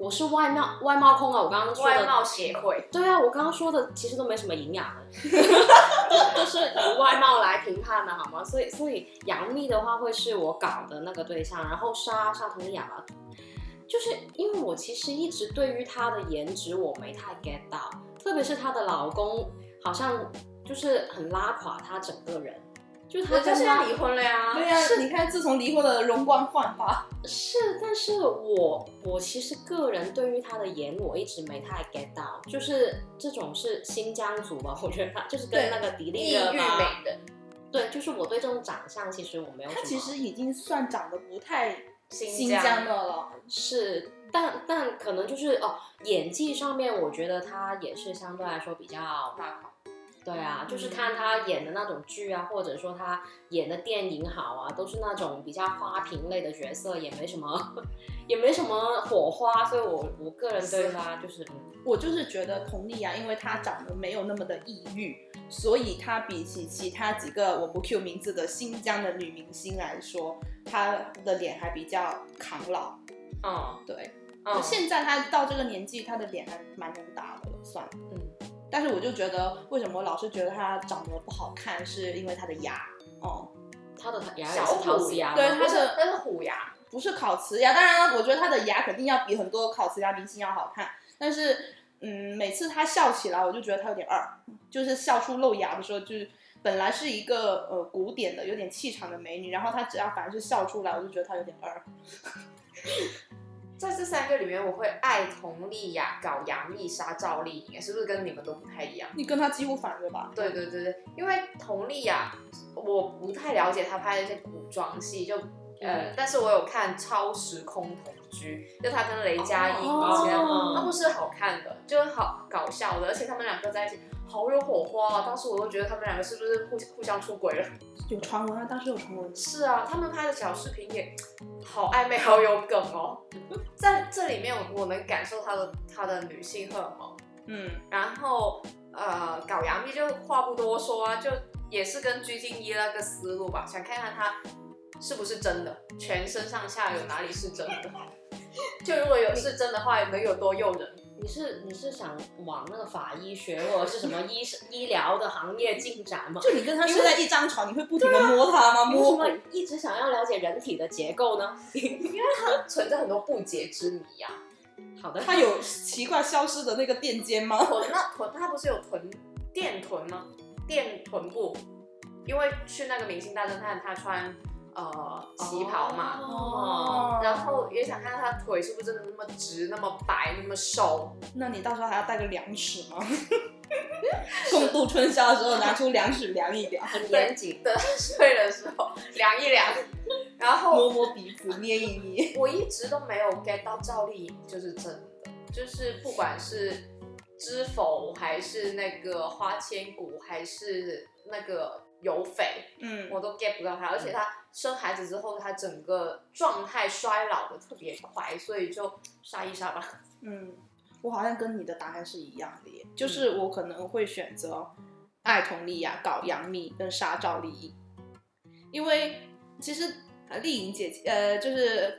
S1: 我是外貌外貌控啊，我刚刚说
S2: 外
S1: 的，
S2: 貌协会，
S1: 对啊，我刚刚说的其实都没什么营养
S2: [LAUGHS]
S1: 的，都都是以外貌来评判的好吗？所以所以杨幂的话会是我搞的那个对象，然后沙沙佟丽娅吧。就是因为我其实一直对于她的颜值我没太 get 到，特别是她的老公好像就是很拉垮她整个人，就是她
S2: 人家
S1: 跟
S2: 现
S1: 她
S2: 在离婚了
S1: 啊
S2: 呀。
S3: 对呀、你看自从离婚了，容光焕发。
S1: 是，但是我我其实个人对于他的颜我一直没太 get 到，就是这种是新疆族吧，我觉得他就是跟
S3: 对
S1: 那个迪丽
S2: 抑
S1: 热
S2: 郁
S1: 巴，
S2: 美人，
S1: 对，就是我对这种长相其实我没有什
S3: 他
S1: 么，
S3: 其实已经算长得不太新
S2: 新
S3: 疆的了。
S1: 是，但但可能就是哦，演技上面我觉得他也是相对来说比较，
S2: 大款
S1: 对啊，就是看他演的那种剧啊，或者说他演的电影好啊，都是那种比较花瓶类的角色，也没什么。 [LAUGHS] 也没什么火花，所以我我个人对他就是嗯
S3: 我就是觉得佟丽娅，因为她长得没有那么的抑郁，所以她比起其他几个我不 Q 名字的新疆的女明星来说，她的脸还比较抗老。
S2: 嗯
S3: 对，
S2: 嗯，
S3: 现在她到这个年纪，她的脸还蛮能打的了，算了。
S1: 嗯
S3: 但是我就觉得，为什么我老是觉得她长得不好看，是因为她的牙哦。
S1: 他的牙
S2: 小
S1: 也是陶瓷牙吗，
S3: 对
S2: 那
S3: 他
S2: 是
S3: 的
S2: 那是虎牙，
S3: 不是烤瓷牙，当然了，我觉得她的牙肯定要比很多烤瓷牙明星要好看，但是，嗯，每次她笑起来，我就觉得她有点二，就是笑出露牙的时候，就是本来是一个呃古典的、有点气场的美女，然后她只要凡是笑出来，我就觉得她有点二。
S2: 在这三个里面，我会爱佟丽娅、搞杨幂、杀赵丽颖，是不是跟你们都不太一样？
S3: 你跟她几乎反着吧？
S2: 对对对对，因为佟丽娅，我不太了解她拍的一些古装戏，就呃，但是我有看《超时空同居》，就他跟雷佳音以前
S3: 哦
S2: 那部是好看的，就是好搞笑的，而且他们两个在一起好有火花啊！当时我都觉得他们两个是不是互互相出轨了？ [LAUGHS]
S3: 有传闻啊，当时有传闻。
S2: 是啊，他们拍的小视频也好暧昧，好有梗哦。 [LAUGHS] 在这里面，我能感受他的他的女性荷尔蒙。
S3: 嗯，
S2: 然后呃，搞杨幂就话不多说啊，就也是跟鞠婧祎那个思路吧，想看看她是不是真的，全身上下有哪里是真的。就如果有是真的话，能有多诱人？
S1: 你是你是想往那个法医学或者是什么医生医疗的行业进展吗？
S3: 就你跟他睡在一张床，你会不停的摸他吗？
S1: 你为什
S3: 摸
S1: 么一直想要了解人体的结构呢？
S2: 存在很多不解之谜啊。
S1: 好的，
S3: 他有奇怪消失的那个垫肩吗？
S2: 臀那臀，他不是有臀垫臀吗？垫臀部，因为去那个明星大侦探，他穿呃旗袍嘛，
S1: 哦，
S2: 然后也想看看他腿是不是真的那么直、那么白、那么瘦。
S3: [LAUGHS] 那你到时候还要带个量尺吗？ [LAUGHS] 共度春宵的时候拿出量尺量一量，
S1: 很严谨。
S2: 等他睡的时候量一
S1: [LAUGHS]
S2: 量。然后
S3: 摸摸鼻子，捏一捏。
S2: 我一直都没有 get 到赵丽颖就是真的，就是不管是知否还是那个花千骨还是那个有匪，
S3: 嗯，
S2: 我都 get 不到她。而且她生孩子之后，她整个状态衰老的特别快，所以就杀一杀
S1: [LAUGHS]
S2: 吧。
S3: 嗯，我好像跟你的答案是一样的耶，就是我可能会选择爱佟丽娅、搞杨幂跟杀赵丽颖，因为其实呃丽颖姐姐，呃，就是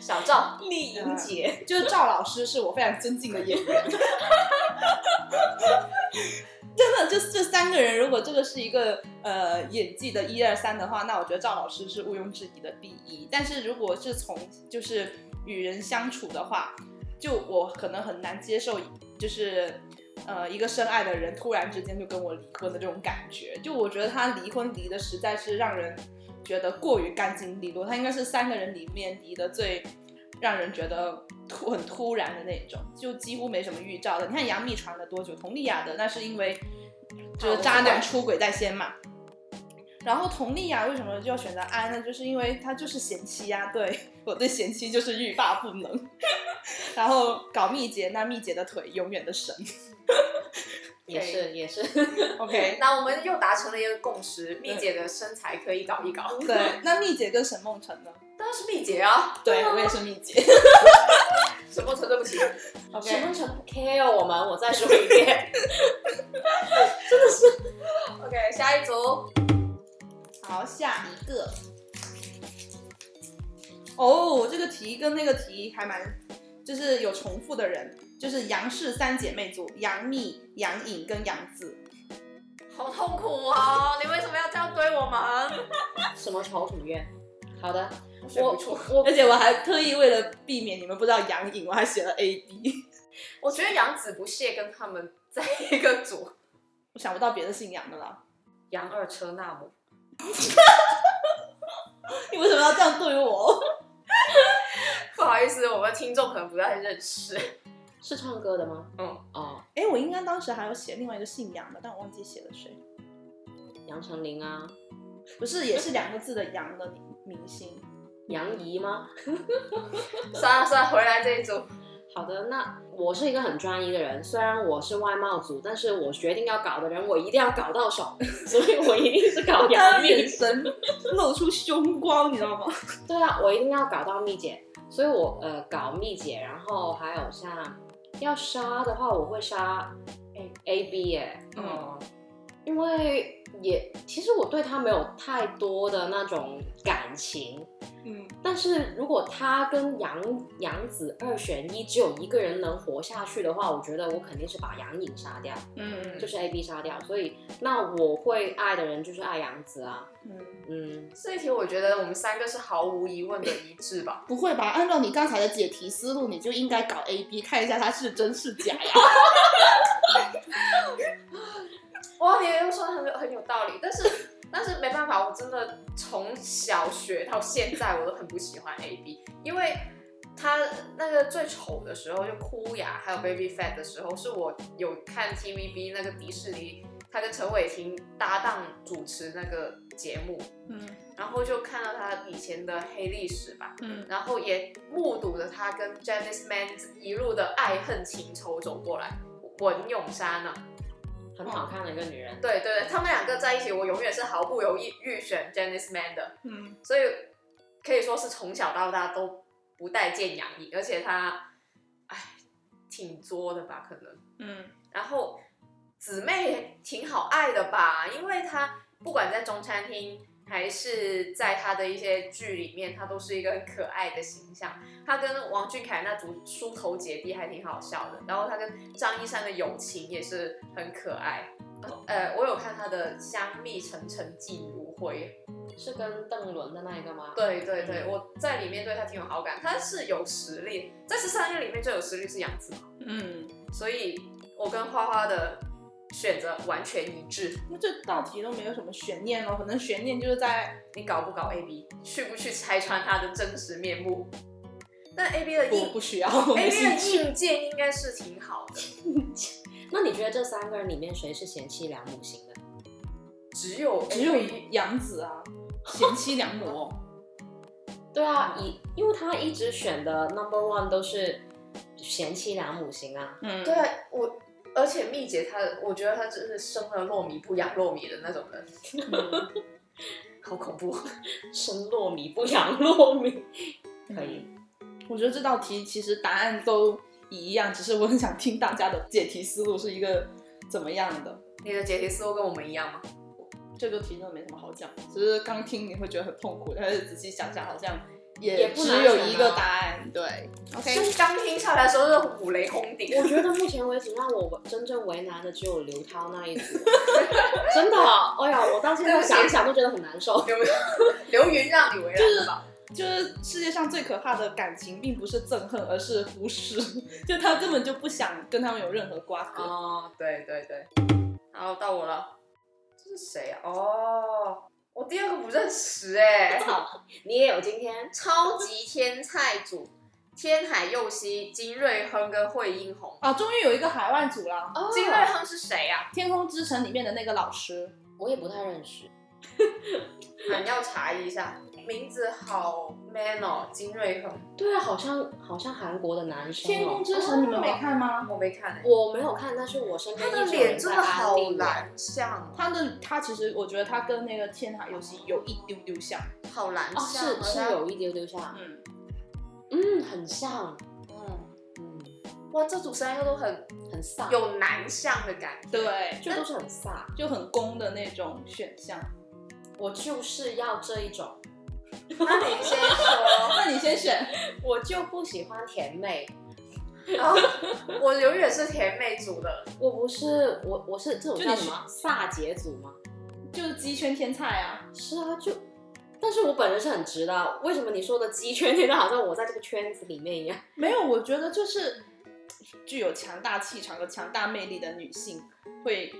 S2: 小赵，
S1: 丽颖姐，
S3: 就是赵老师是我非常尊敬的演员。 [LAUGHS] 真的，就是这三个人，如果这个是一个呃演技的一二三的话，那我觉得赵老师是毋庸置疑的第一。但是如果是从就是与人相处的话，就我可能很难接受，就是呃一个深爱的人突然之间就跟我离婚的这种感觉。就我觉得他离婚离的实在是让人觉得过于干净利落，他应该是三个人里面离的最让人觉得突很突然的那种，就几乎没什么预兆的。你看杨幂传了多久，佟丽娅的那是因为就是渣男出轨在先嘛。然后佟丽娅为什么就要选择安呢？就是因为她就是贤妻啊，对我对贤妻就是欲罢不能。然后搞蜜姐，那蜜姐的腿永远的 [LAUGHS] 神。
S1: 也是也是，
S3: OK，
S2: 嗯那我们又达成了一个共识，蜜姐的身材可以搞一搞。
S3: 对，那蜜姐跟沈梦辰呢？
S2: [LAUGHS] 当然是蜜姐啊，
S3: 对我也是蜜 [LAUGHS] 姐。
S2: 什么车对不起。
S1: [LAUGHS] 沈梦辰不 care 我们，我再说一遍，
S2: OK，下一组。
S3: 好，下一个。哦，这个题跟那个题还蛮，就是有重复的人，就是杨氏三姐妹组，杨幂、杨颖跟杨紫。
S2: 好痛苦哦！你为什么要这样对我们？
S1: 什么仇什么怨。好的，
S2: 我
S1: 我我
S3: 而且我还特意为了避免你们不知道杨颖，我还写了 A B。
S2: 我觉得杨紫不屑跟他们在一个组。
S3: [LAUGHS] 我想不到别的姓杨的了。
S2: 杨二车纳姆，
S3: [LAUGHS] 你为什么要这样对 [LAUGHS] 我？
S2: [LAUGHS] 不好意思，我们听众可能不太认识。
S1: 是唱歌的吗？
S2: 嗯，
S1: 哦，
S3: 哎，我应该当时还有写另外一个姓杨的，但我忘记写了谁。
S1: 杨丞琳啊，
S3: 不是，也是两个字的杨的明星。
S1: 杨怡吗？
S2: 算了算了，回来这一组。
S1: 好的，那我是一个很专一的人，虽然我是外貌组，但是我决定要搞的人，我一定要搞到手， [LAUGHS] 所以我一定是搞杨
S3: 他
S1: 幂
S3: 眼。 [LAUGHS] 神露出凶光，你知道吗？
S1: 对啊，我一定要搞到蜜姐，所以我呃搞蜜姐，然后还有像要杀的话，我会杀 A A B 耶、哦
S3: 嗯
S1: 因为也其实我对他没有太多的那种感情，
S3: 嗯。
S1: 但是如果他跟杨杨紫二选一，只有一个人能活下去的话，我觉得我肯定是把杨颖杀掉，
S3: 嗯
S1: 就是 A B 杀掉。所以那我会爱的人就是爱杨紫啊，
S3: 嗯，
S1: 嗯，
S2: 这一题我觉得我们三个是毫无疑问的一致吧。
S3: 不会吧？按照你刚才的解题思路，你就应该搞 A B，看一下它是真是假呀。
S2: 哇，你又说的很有很有道理，但是但是没办法，我真的从小学到现在，我都很不喜欢 A B，因为他那个最丑的时候，就哭呀，还有 Baby Fat 的时候，是我有看 T V B 那个迪士尼他跟陈伟霆搭档主持那个节目，
S3: 嗯
S2: 然后就看到他以前的黑历史吧，
S3: 嗯
S2: 然后也目睹了他跟 Janice Man 一路的爱恨情仇走过来。文咏珊呢？
S1: 很
S3: 哦
S1: 好看的一个女人。
S2: 对对对，他们两个在一起，我永远是毫不犹豫预选 Janice Man 的。
S3: 嗯，
S2: 所以可以说是从小到大都不待见杨毅，而且他，哎，挺作的吧，可能。
S3: 嗯
S2: 然后姊妹挺好爱的吧，因为她不管在中餐厅还是在她的一些剧里面，她都是一个很可爱的形象。她跟王俊凯那组梳头姐弟还挺好笑的，然后她跟张一山的友情也是很可爱。呃，我有看她的《香蜜沉沉烬如灰》，
S1: 是跟邓伦的那一个吗？，
S2: 对对对，
S1: 嗯
S2: 我在里面对他挺有好感，他是有实力，在十三个里面最有实力是杨紫，
S3: 嗯，
S2: 所以我跟花花的选择完全一致。
S3: 那这道题都没有什么悬念哦，可能悬念就是在
S2: 你搞不搞 AB？去不去拆穿他的真实面目？但 AB 的
S3: 不
S2: 硬
S3: 不需要，我没
S2: ，AB
S3: 兴
S2: 的
S3: 趣。
S2: 硬件应该是挺好的，
S1: 那你觉得这三个人里面谁是贤妻良母型的？
S2: 只有
S3: 只有
S2: AB
S3: 杨紫啊，贤妻良母哦。
S1: 对啊，以因为他一直选的 number one 都是贤妻良母型啊。 [LAUGHS]
S3: 嗯，
S2: 对啊，我。而且蜜姐她，我觉得她真是生了糯米不养糯米的那种
S3: [LAUGHS]
S2: 人，
S3: 嗯，
S2: 好恐怖。
S1: [LAUGHS] 生糯米不养糯米，可以。
S3: 我觉得这道题其实答案都一样，只是我很想听大家的解题思路是一个怎么样的。
S2: 你的解题思路跟我们一样吗？
S3: 这个题真的没什么好讲，只是刚听你会觉得很痛苦，但是仔细想想好像
S1: 也
S3: 也
S1: 不
S3: 只
S1: 难
S3: 有
S1: 选
S3: 一
S1: 啊
S3: 个答案。对，OK，
S2: 就刚听下来的时候就五雷轰
S1: [LAUGHS]
S2: 顶。
S1: 我觉得目前为止让我真正为难的只有刘涛那一 [LAUGHS] 组，真的，哎呀，我到现在想一想都觉得很难受。
S2: 刘 [LAUGHS] 刘云让你为难了吧？
S3: 就是世界上最可怕的感情，并不是憎恨，而是忽视。 [LAUGHS] 就他根本就不想跟他们有任何瓜葛。
S2: 哦，对对对，好，到我了。这是谁啊？哦，我第二个不认识哎、
S1: 操，你也有今天？
S2: 超级天菜组，天海佑希、金瑞亨跟惠英红。
S3: 啊，终于有一个海外组了，
S1: 哦
S2: 金瑞亨是谁啊？
S3: 《天空之城》里面的那个老师，
S1: 我也不太认识。
S2: 俺要查一下，名字好 man 哦，金瑞亨。
S1: 对啊，好像好像韩国的男
S3: 《
S1: 生、哦。
S3: 天空之城》你们没看吗？
S2: 我没看哎、
S1: 我没有看，但是我身边
S2: 他的
S1: 一直有人
S2: 脸真
S1: 在
S2: 的
S1: 安
S2: 好
S1: 利我
S2: 蓝像哦，
S3: 他的他其实，我觉得他跟那个天海游戏有一丢丢像，
S2: 好蓝
S1: 哦，
S2: 像、
S1: 是是，有一丢丢像，
S3: 嗯，
S1: 嗯，很像，
S2: 嗯，
S1: 嗯，
S2: 哇，这组三个都很
S1: 很飒，
S2: 有男相的 [LAUGHS] 感觉。
S3: 对，
S1: 就都是很飒，
S3: 就很攻的那种选项。
S1: 我就是要这一种，
S2: 那你先说。
S3: 那你先选，
S1: 我就不喜欢甜妹，
S2: [LAUGHS] 然后我永远是甜妹组的，
S1: 我不是我我是这种
S3: 就
S1: 叫
S3: 你
S1: 什么飒姐组吗？
S3: 就是鸡圈天菜啊，
S1: 是啊，就。但是我本人是很直的啊，为什么你说的鸡圈 [LAUGHS] 天，好像我在这个圈子里面一样？
S3: 没有，我觉得就是具有强大气场和强大魅力的女性会。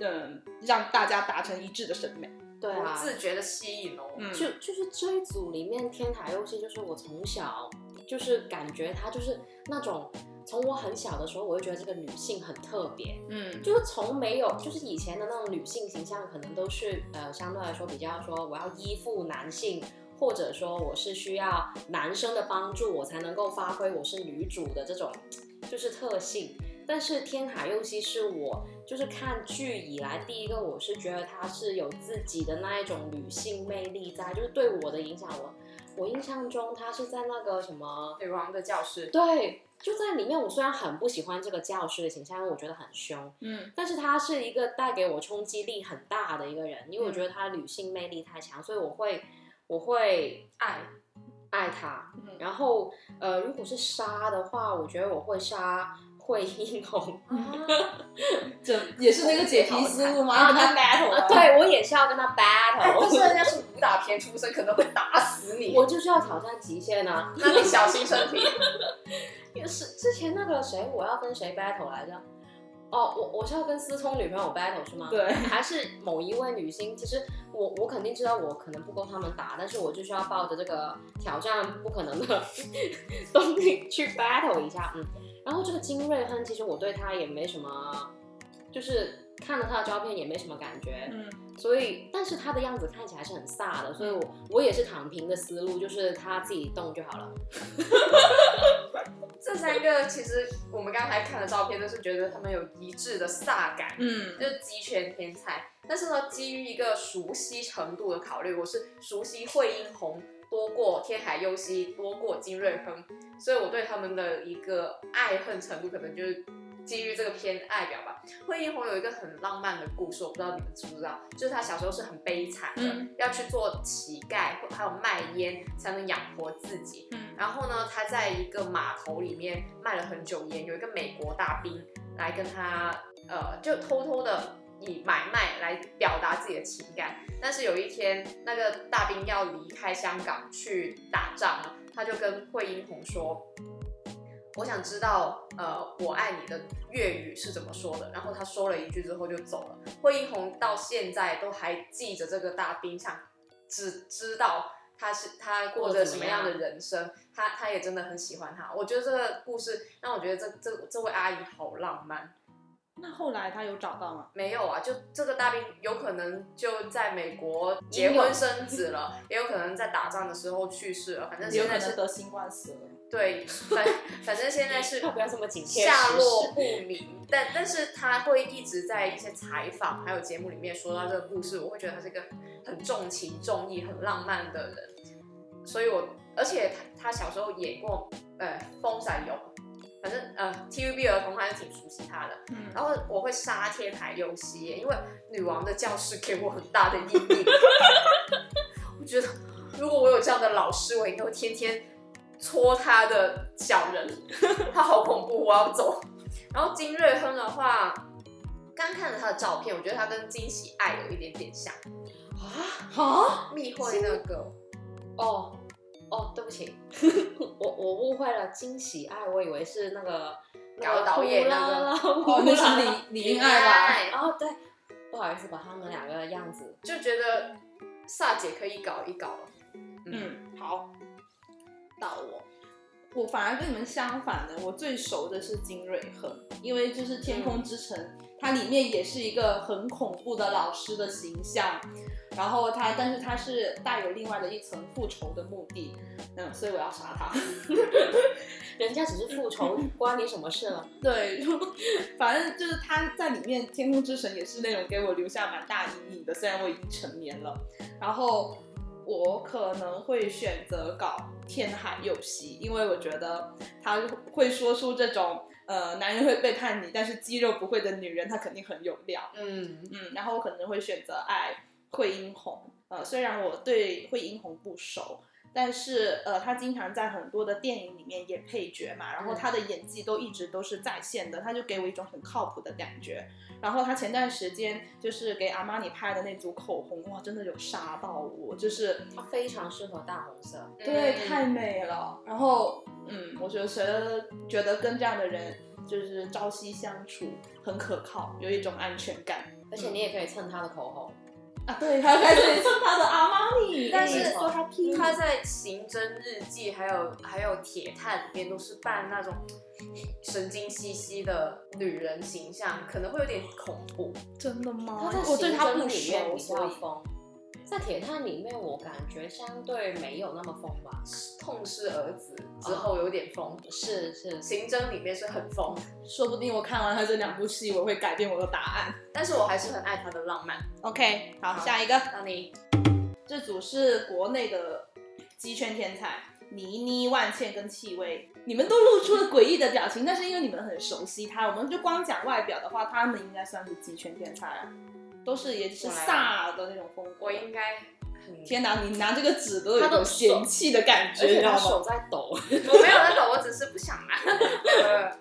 S3: 嗯，让大家达成一致的审美。
S1: 对
S2: 不
S1: 啊，
S2: 自觉的吸引哦。
S3: 嗯，
S1: 就就是这一组里面，天台佑希就是我从小就是感觉她就是那种，从我很小的时候，我就觉得这个女性很特别，
S3: 嗯，
S1: 就是从没有，就是以前的那种女性形象，可能都是呃相对来说比较说我要依附男性，或者说我是需要男生的帮助，我才能够发挥我是女主的这种就是特性。但是天海佑希是我就是看剧以来第一个，我是觉得她是有自己的那一种女性魅力在，就是对我的影响。我我印象中她是在那个什么
S2: 女王的教室，
S1: 对，就在里面。我虽然很不喜欢这个教师的形象，因为我觉得很凶，
S3: 嗯
S1: 但是她是一个带给我冲击力很大的一个人，
S2: 嗯
S1: 因为我觉得她女性魅力太强，所以我会我会
S2: 爱
S1: 爱她。
S3: 嗯
S1: 然后呃，如果是杀的话，我觉得我会杀惠英
S2: [LAUGHS]
S1: 红，
S3: 这也是那个解题思路吗？要跟他 battle 啊
S1: 对我也是要跟她
S2: 哎，但是
S1: battle，、
S2: 人家是武打片出身，可能会打死你。
S1: [LAUGHS] 我就是要挑战极限啊！
S2: 那你小心身体。
S1: 是之前那个谁，我要跟谁 battle 来着？哦，我我是要跟思聪女朋友 battle 是吗？
S3: 对，
S1: 还是某一位女星，其实我我肯定知道我可能不够他们打，但是我就是要抱着这个挑战不可能的 [LAUGHS] 动力去 battle 一下，嗯。然后这个金瑞亨，其实我对他也没什么就是看了他的照片也没什么感觉，
S3: 嗯，
S1: 所以但是他的样子看起来是很飒的，所
S2: 嗯
S1: 以我我也是躺平的思路，就是他自己动就好了。
S2: 这三个其实我们刚才看的照片，都是觉得他们有一致的飒感，
S3: 嗯，
S2: 就是鸡圈天才。但是呢，基于一个熟悉程度的考虑，我是熟悉惠英红多过天海佑希，多过金瑞亨，所以我对他们的一个爱恨程度，可能就是基于这个偏爱表吧。惠英红有一个很浪漫的故事，我不知道你们知不知道，就是她小时候是很悲惨的，
S3: 嗯
S2: 要去做乞丐，还有卖烟才能养活自己。
S3: 嗯，
S2: 然后呢，他在一个码头里面卖了很久烟，有一个美国大兵来跟他，呃，就偷偷的以买卖来表达自己的情感。但是有一天，那个大兵要离开香港去打仗了，他就跟惠英红说：“呃我想知道，呃，我爱你的粤语是怎么说的。然后他说了一句之后就走了。惠英红到现在都还记着这个大兵，想只知道他是他过着什么样的人生，他他也真的很喜欢他。我觉得这个故事让我觉得这这这位阿姨好浪漫。
S3: 那后来他有找到吗？
S2: 没有啊，就这个大兵有可能就在美国结婚生子了，也有可能在打仗的时候去世了。反正
S3: 有
S2: 现
S3: 可
S2: 在
S3: 能
S2: 是
S3: 得新冠死了。
S2: 对，反 [LAUGHS] 反正现在是
S1: 要不要这么紧贴
S2: 下
S1: 时
S2: 落
S1: 事
S2: 不明，但但是他会一直在一些采访还有节目里面说到这个故事，我会觉得他是一个很重情重义、很浪漫的人，所以我而且他他小时候演过呃《风仔游》，反正呃 TVB 儿童还是挺熟悉他的。
S3: 嗯
S2: 然后我会杀天海佑希耶，因为女王的教室给我很大的阴影。我觉得如果我有这样的老师，我应该会天天戳他的小人，他好恐怖，我要走。然后金瑞亨的话，刚看了他的照片，我觉得他跟惊喜爱有一点点像，哦
S1: 啊？
S3: 啊，
S2: 密会那个
S1: 哦哦，对不起，我我误会了，惊喜爱，我以为是那个
S2: 搞导演那个
S1: 哦
S3: 哦，那是李李英爱吧？
S2: 吧，
S1: 哦，对，不好意思，把他们两个样子
S2: 就觉得萨姐可以搞一搞了。
S3: 嗯，好，到我。我反而跟你们相反的，我最熟的是金瑞亨，因为就是《天空之城》它里面也是一个很恐怖的老师的形象，然后他，但是他是带有另外的一层复仇的目的，嗯，所以我要杀他。
S1: 人家只是复仇，关你什么事了？
S3: 对，就反正就是他在里面《天空之城》也是那种给我留下蛮大阴影的，虽然我已经成年了。然后我可能会选择搞天海佑希，因为我觉得他会说出这种呃男人会背叛你，但是肌肉不会的女人，她肯定很有料。
S2: 嗯，
S3: 嗯，然后我可能会选择爱惠英红。呃，虽然我对惠英红不熟，但是呃，她经常在很多的电影里面演配角嘛，然后
S1: 嗯
S3: 她的演技都一直都是在线的，她就给我一种很靠谱的感觉。然后她前段时间就是给阿玛尼拍的那组口红，哇，真的有杀到我，就是
S1: 它非常适合大红色，
S3: 对，
S2: 嗯
S3: 太美了。然后，嗯，我觉得觉得觉得跟这样的人就是朝夕相处，很可靠，有一种安全感。
S1: 而且你也可以蹭他的口红。
S3: 啊，对，他开始蹭他的阿玛尼，
S2: 但是
S3: 说他屁
S2: 他在《刑侦日记》还有还有《铁探》里面都是扮那种神经兮兮的女人形象，可能会有点恐怖。
S3: 真的
S2: 嗯
S3: 吗
S1: 他
S2: 哦
S1: 在
S3: 我对他不
S1: 里面
S3: 熟，
S1: 比
S3: 所
S1: 较
S3: 以
S1: 疯，在铁探里面我感觉相对没有那么疯吧。哦
S2: 痛失儿子之后有点疯，
S1: 是是，嗯
S2: 刑侦》里面是很疯，
S3: 说不定我看完他这两部戏，我会改变我的答案。
S2: 但是我还是很爱她的浪漫。
S3: OK，好，
S2: 好
S3: 下一个，
S2: 那你
S3: 这组是国内的鸡圈天才。倪妮、万茜跟戚薇，你们都露出了诡异的表情，但是因为你们很熟悉他，我们就光讲外表的话，他们应该算是鸡圈天才啊，都是也是
S2: 我来
S3: 飒的那种风格。
S2: 我应该很，
S3: 天哪，你拿这个纸都有
S1: 他
S3: 一
S1: 都
S3: 种嫌弃的感觉，
S1: 而
S3: 你知
S1: 且
S3: 道
S1: 他
S3: 吗？
S1: 手在抖， [LAUGHS]
S2: 我没有那个，我只是不想啊。 [LAUGHS] 呃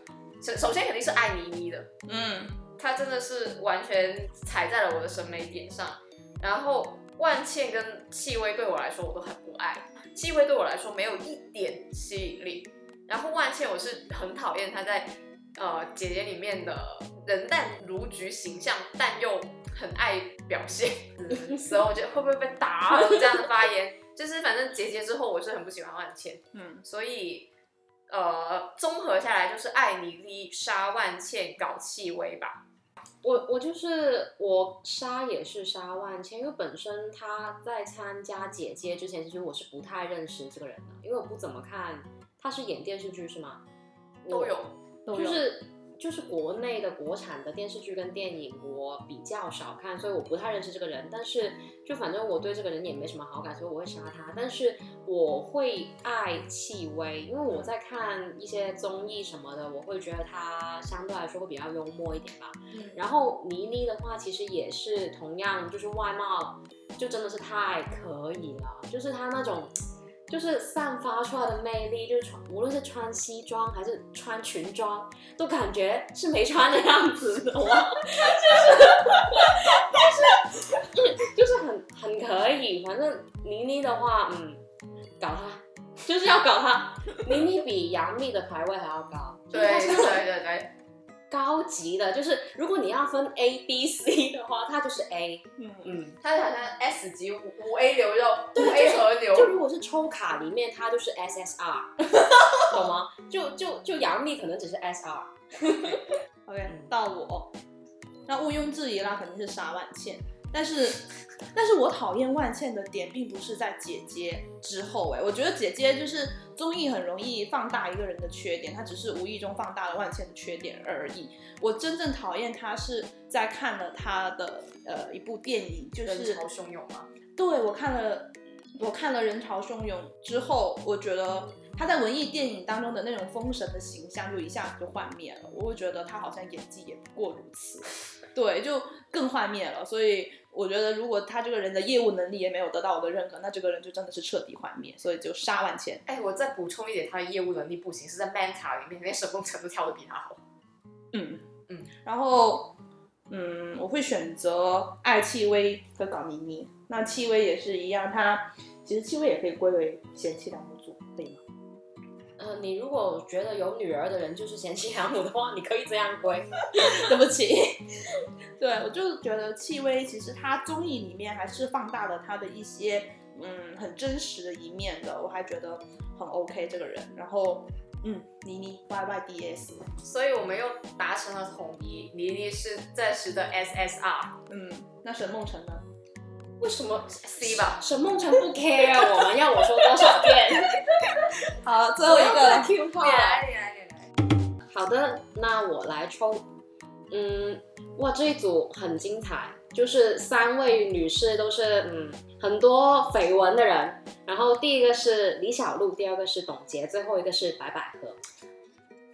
S2: 首首先肯定是爱妮妮的，
S3: 嗯，
S2: 她真的是完全踩在了我的审美点上。然后万茜跟戚薇对我来说我都很不爱，戚薇对我来说没有一点吸引力。然后万茜我是很讨厌她在呃姐姐里面的人淡如菊形象，但又很爱表现，所以我觉得会不会被打这样的发言，就是反正姐姐之后我是很不喜欢万茜。
S3: 嗯
S2: 所以呃，综合下来就是艾米丽、沙万茜、搞戚薇吧。
S1: 我我就是我杀也是杀万千，因为本身他在参加姐姐之前，其实我是不太认识这个人的，因为我不怎么看。他是演电视剧是吗？
S2: 都
S1: 我
S2: 有。
S3: 都
S1: 就
S3: 有
S1: 是就是国内的国产的电视剧跟电影我比较少看，所以我不太认识这个人。但是就反正我对这个人也没什么好感，所以我会杀他。但是我会爱戚薇，因为我在看一些综艺什么的，我会觉得她相对来说会比较幽默一点吧。
S3: 嗯
S1: 然后倪妮的话，其实也是同样，就是外貌就真的是太可以了，就是她那种。就是散发出来的魅力，就是穿无论是穿西装还是穿裙装，都感觉是没穿的样子的哦哇， [LAUGHS] 就是就是嗯就是很很可以。反正倪妮的话，嗯，搞她就是要搞她。倪妮比杨幂的排位还要高，就
S2: 对
S1: 是她是
S2: 对对对，
S1: 高级的，就是如果你要分 A、B、C 的话，它就是 A。
S3: 嗯，
S1: 嗯，
S2: 它好像 S 级五五 A 牛肉，五 A 和
S1: 就
S2: 牛，
S1: 如果是抽卡里面，它就是
S3: [LAUGHS]
S1: SSR，懂吗？就就就杨幂可能只是 SR。
S3: OK，
S1: 嗯
S3: 到我，那毋庸置疑啦，肯定是杀万茜。但是，但是我讨厌万茜的点，并不是在姐姐之后哎、我觉得姐姐就是综艺很容易放大一个人的缺点，她只是无意中放大了万茜的缺点而已。我真正讨厌她是在看了她的呃一部电影，就
S2: 人
S3: 是
S2: 潮汹涌啊嘛。
S3: 对我看了，我看了《人潮汹涌》之后，我觉得他在文艺电影当中的那种封神的形象就一下子就幻灭了。我会觉得他好像演技也不过如此， [LAUGHS] 对，就更幻灭了。所以我觉得，如果他这个人的业务能力也没有得到我的认可，那这个人就真的是彻底幻灭。所以就杀万千。
S2: 哎，我再补充一点，他的业务能力不行，是在 Manta 里面，连沈梦辰都跳的比他好。
S3: 嗯
S2: 嗯，
S3: 然后嗯，我会选择爱戚薇和搞妮妮。那戚薇也是一样，她其实戚薇也可以归为贤妻良母组，可以吗？
S1: 呃，你如果觉得有女儿的人就是贤妻良母的话，你可以这样归。
S3: [LAUGHS] 对不起。对，我就觉得戚薇其实她综艺里面还是放大了她的一些嗯很真实的一面的，我还觉得很 OK 这个人。然后嗯，倪妮 YYDS，
S2: 所以我们又达成了统一，倪妮是暂时的 SSR
S3: 嗯，那沈梦辰呢？
S1: 为什么
S2: C 吧。
S1: 沈梦辰不 care 我们？要我说多少遍？
S3: 好， [LAUGHS] 最后一个
S1: Q
S2: 你来，你来，你来。
S1: 好的，那我来抽。嗯，哇，这一组很精彩，就是三位女士都是嗯很多绯闻的人。然后第一个是李小璐，第二个是董洁，最后一个是白百合。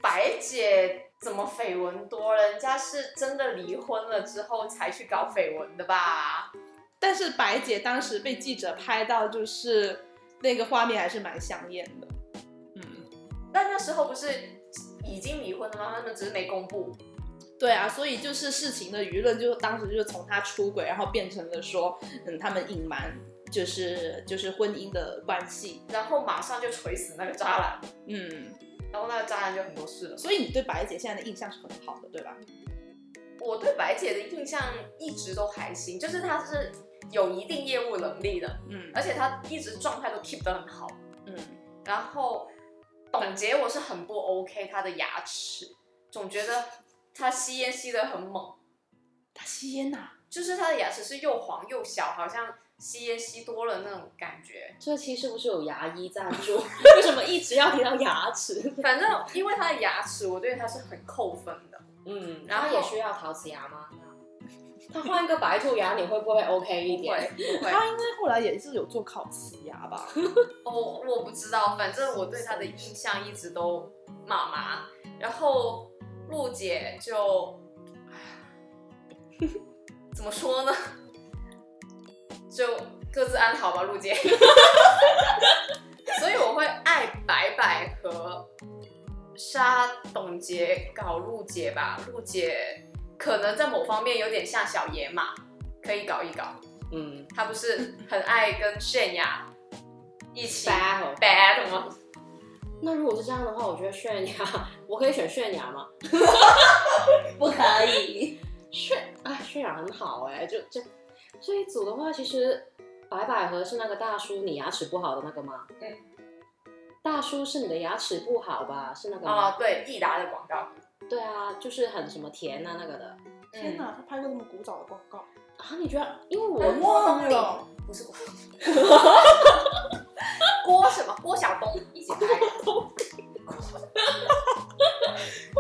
S2: 白姐怎么绯闻多？人家是真的离婚了之后才去搞绯闻的吧？
S3: 但是白姐当时被记者拍到，就是那个画面还是蛮香艳的。嗯，
S2: 但那时候不是已经离婚了吗？他们只是没公布。
S3: 对啊，所以就是事情的舆论就当时就是从他出轨，然后变成了说，嗯，他们隐瞒就是就是婚姻的关系，
S2: 然后马上就锤死那个渣男，
S3: 嗯，
S2: 然后那个渣男就很多事了。
S3: 所以你对白姐现在的印象是很好的，对吧？
S2: 我对白姐的印象一直都还行，就是她是有一定业务能力的，
S3: 嗯
S2: 而且她一直状态都 keep 得很好。
S3: 嗯，
S2: 然后董洁我是很不 OK 她的牙齿，总觉得她吸烟吸得很猛，
S3: 她吸烟呐、
S2: 就是她的牙齿是又黄又小，好像吸烟吸多了那种感觉。
S1: 这期是不是有牙医赞 [LAUGHS] 助？为什么一直要提到牙 [LAUGHS] 齿？
S2: 反正因为她的牙齿，我对她是很扣分的。
S1: 嗯，
S2: 然
S1: 然
S2: 后
S1: 后也需要陶瓷牙吗？他换一个白兔牙，你会不会 OK 一
S2: 不会
S1: 点？
S2: 不会，
S3: 她应该后来也是有做烤瓷牙吧？
S2: 我哦我不知道，反正我对她的印象一直都麻麻。然后陆姐就，唉怎么说呢？就各自安好吧，陆姐。 [LAUGHS] 所以我会爱白百合，杀董洁，搞陆姐吧。陆姐可能在某方面有点像小野马，可以搞一搞。
S1: 嗯
S2: 她不是很爱跟泫雅一起
S1: ，battle。
S2: bad 吗？
S1: 那如果是这样的话，我觉得泫雅，我可以选泫雅吗？
S3: [LAUGHS] 不可以，
S1: 泫啊，泫雅很好哎、就这这一组的话，其实白百合是那个大叔，你牙齿不好的那个吗？
S2: 嗯。
S1: 大叔是你的牙齿
S2: 哦
S1: 不好吧？是那个吗？
S2: 啊，对，益达的广告，嗯
S1: 对啊，就是很什么甜啊那个的。
S3: 天哪，他拍过那么古早的广告，
S1: 啊，你觉得？因为
S2: 郭
S1: 我
S3: 我哎忘
S2: 冬
S3: 了
S2: 临，不是郭冬临， [LAUGHS] 郭什么？郭晓东一起拍的，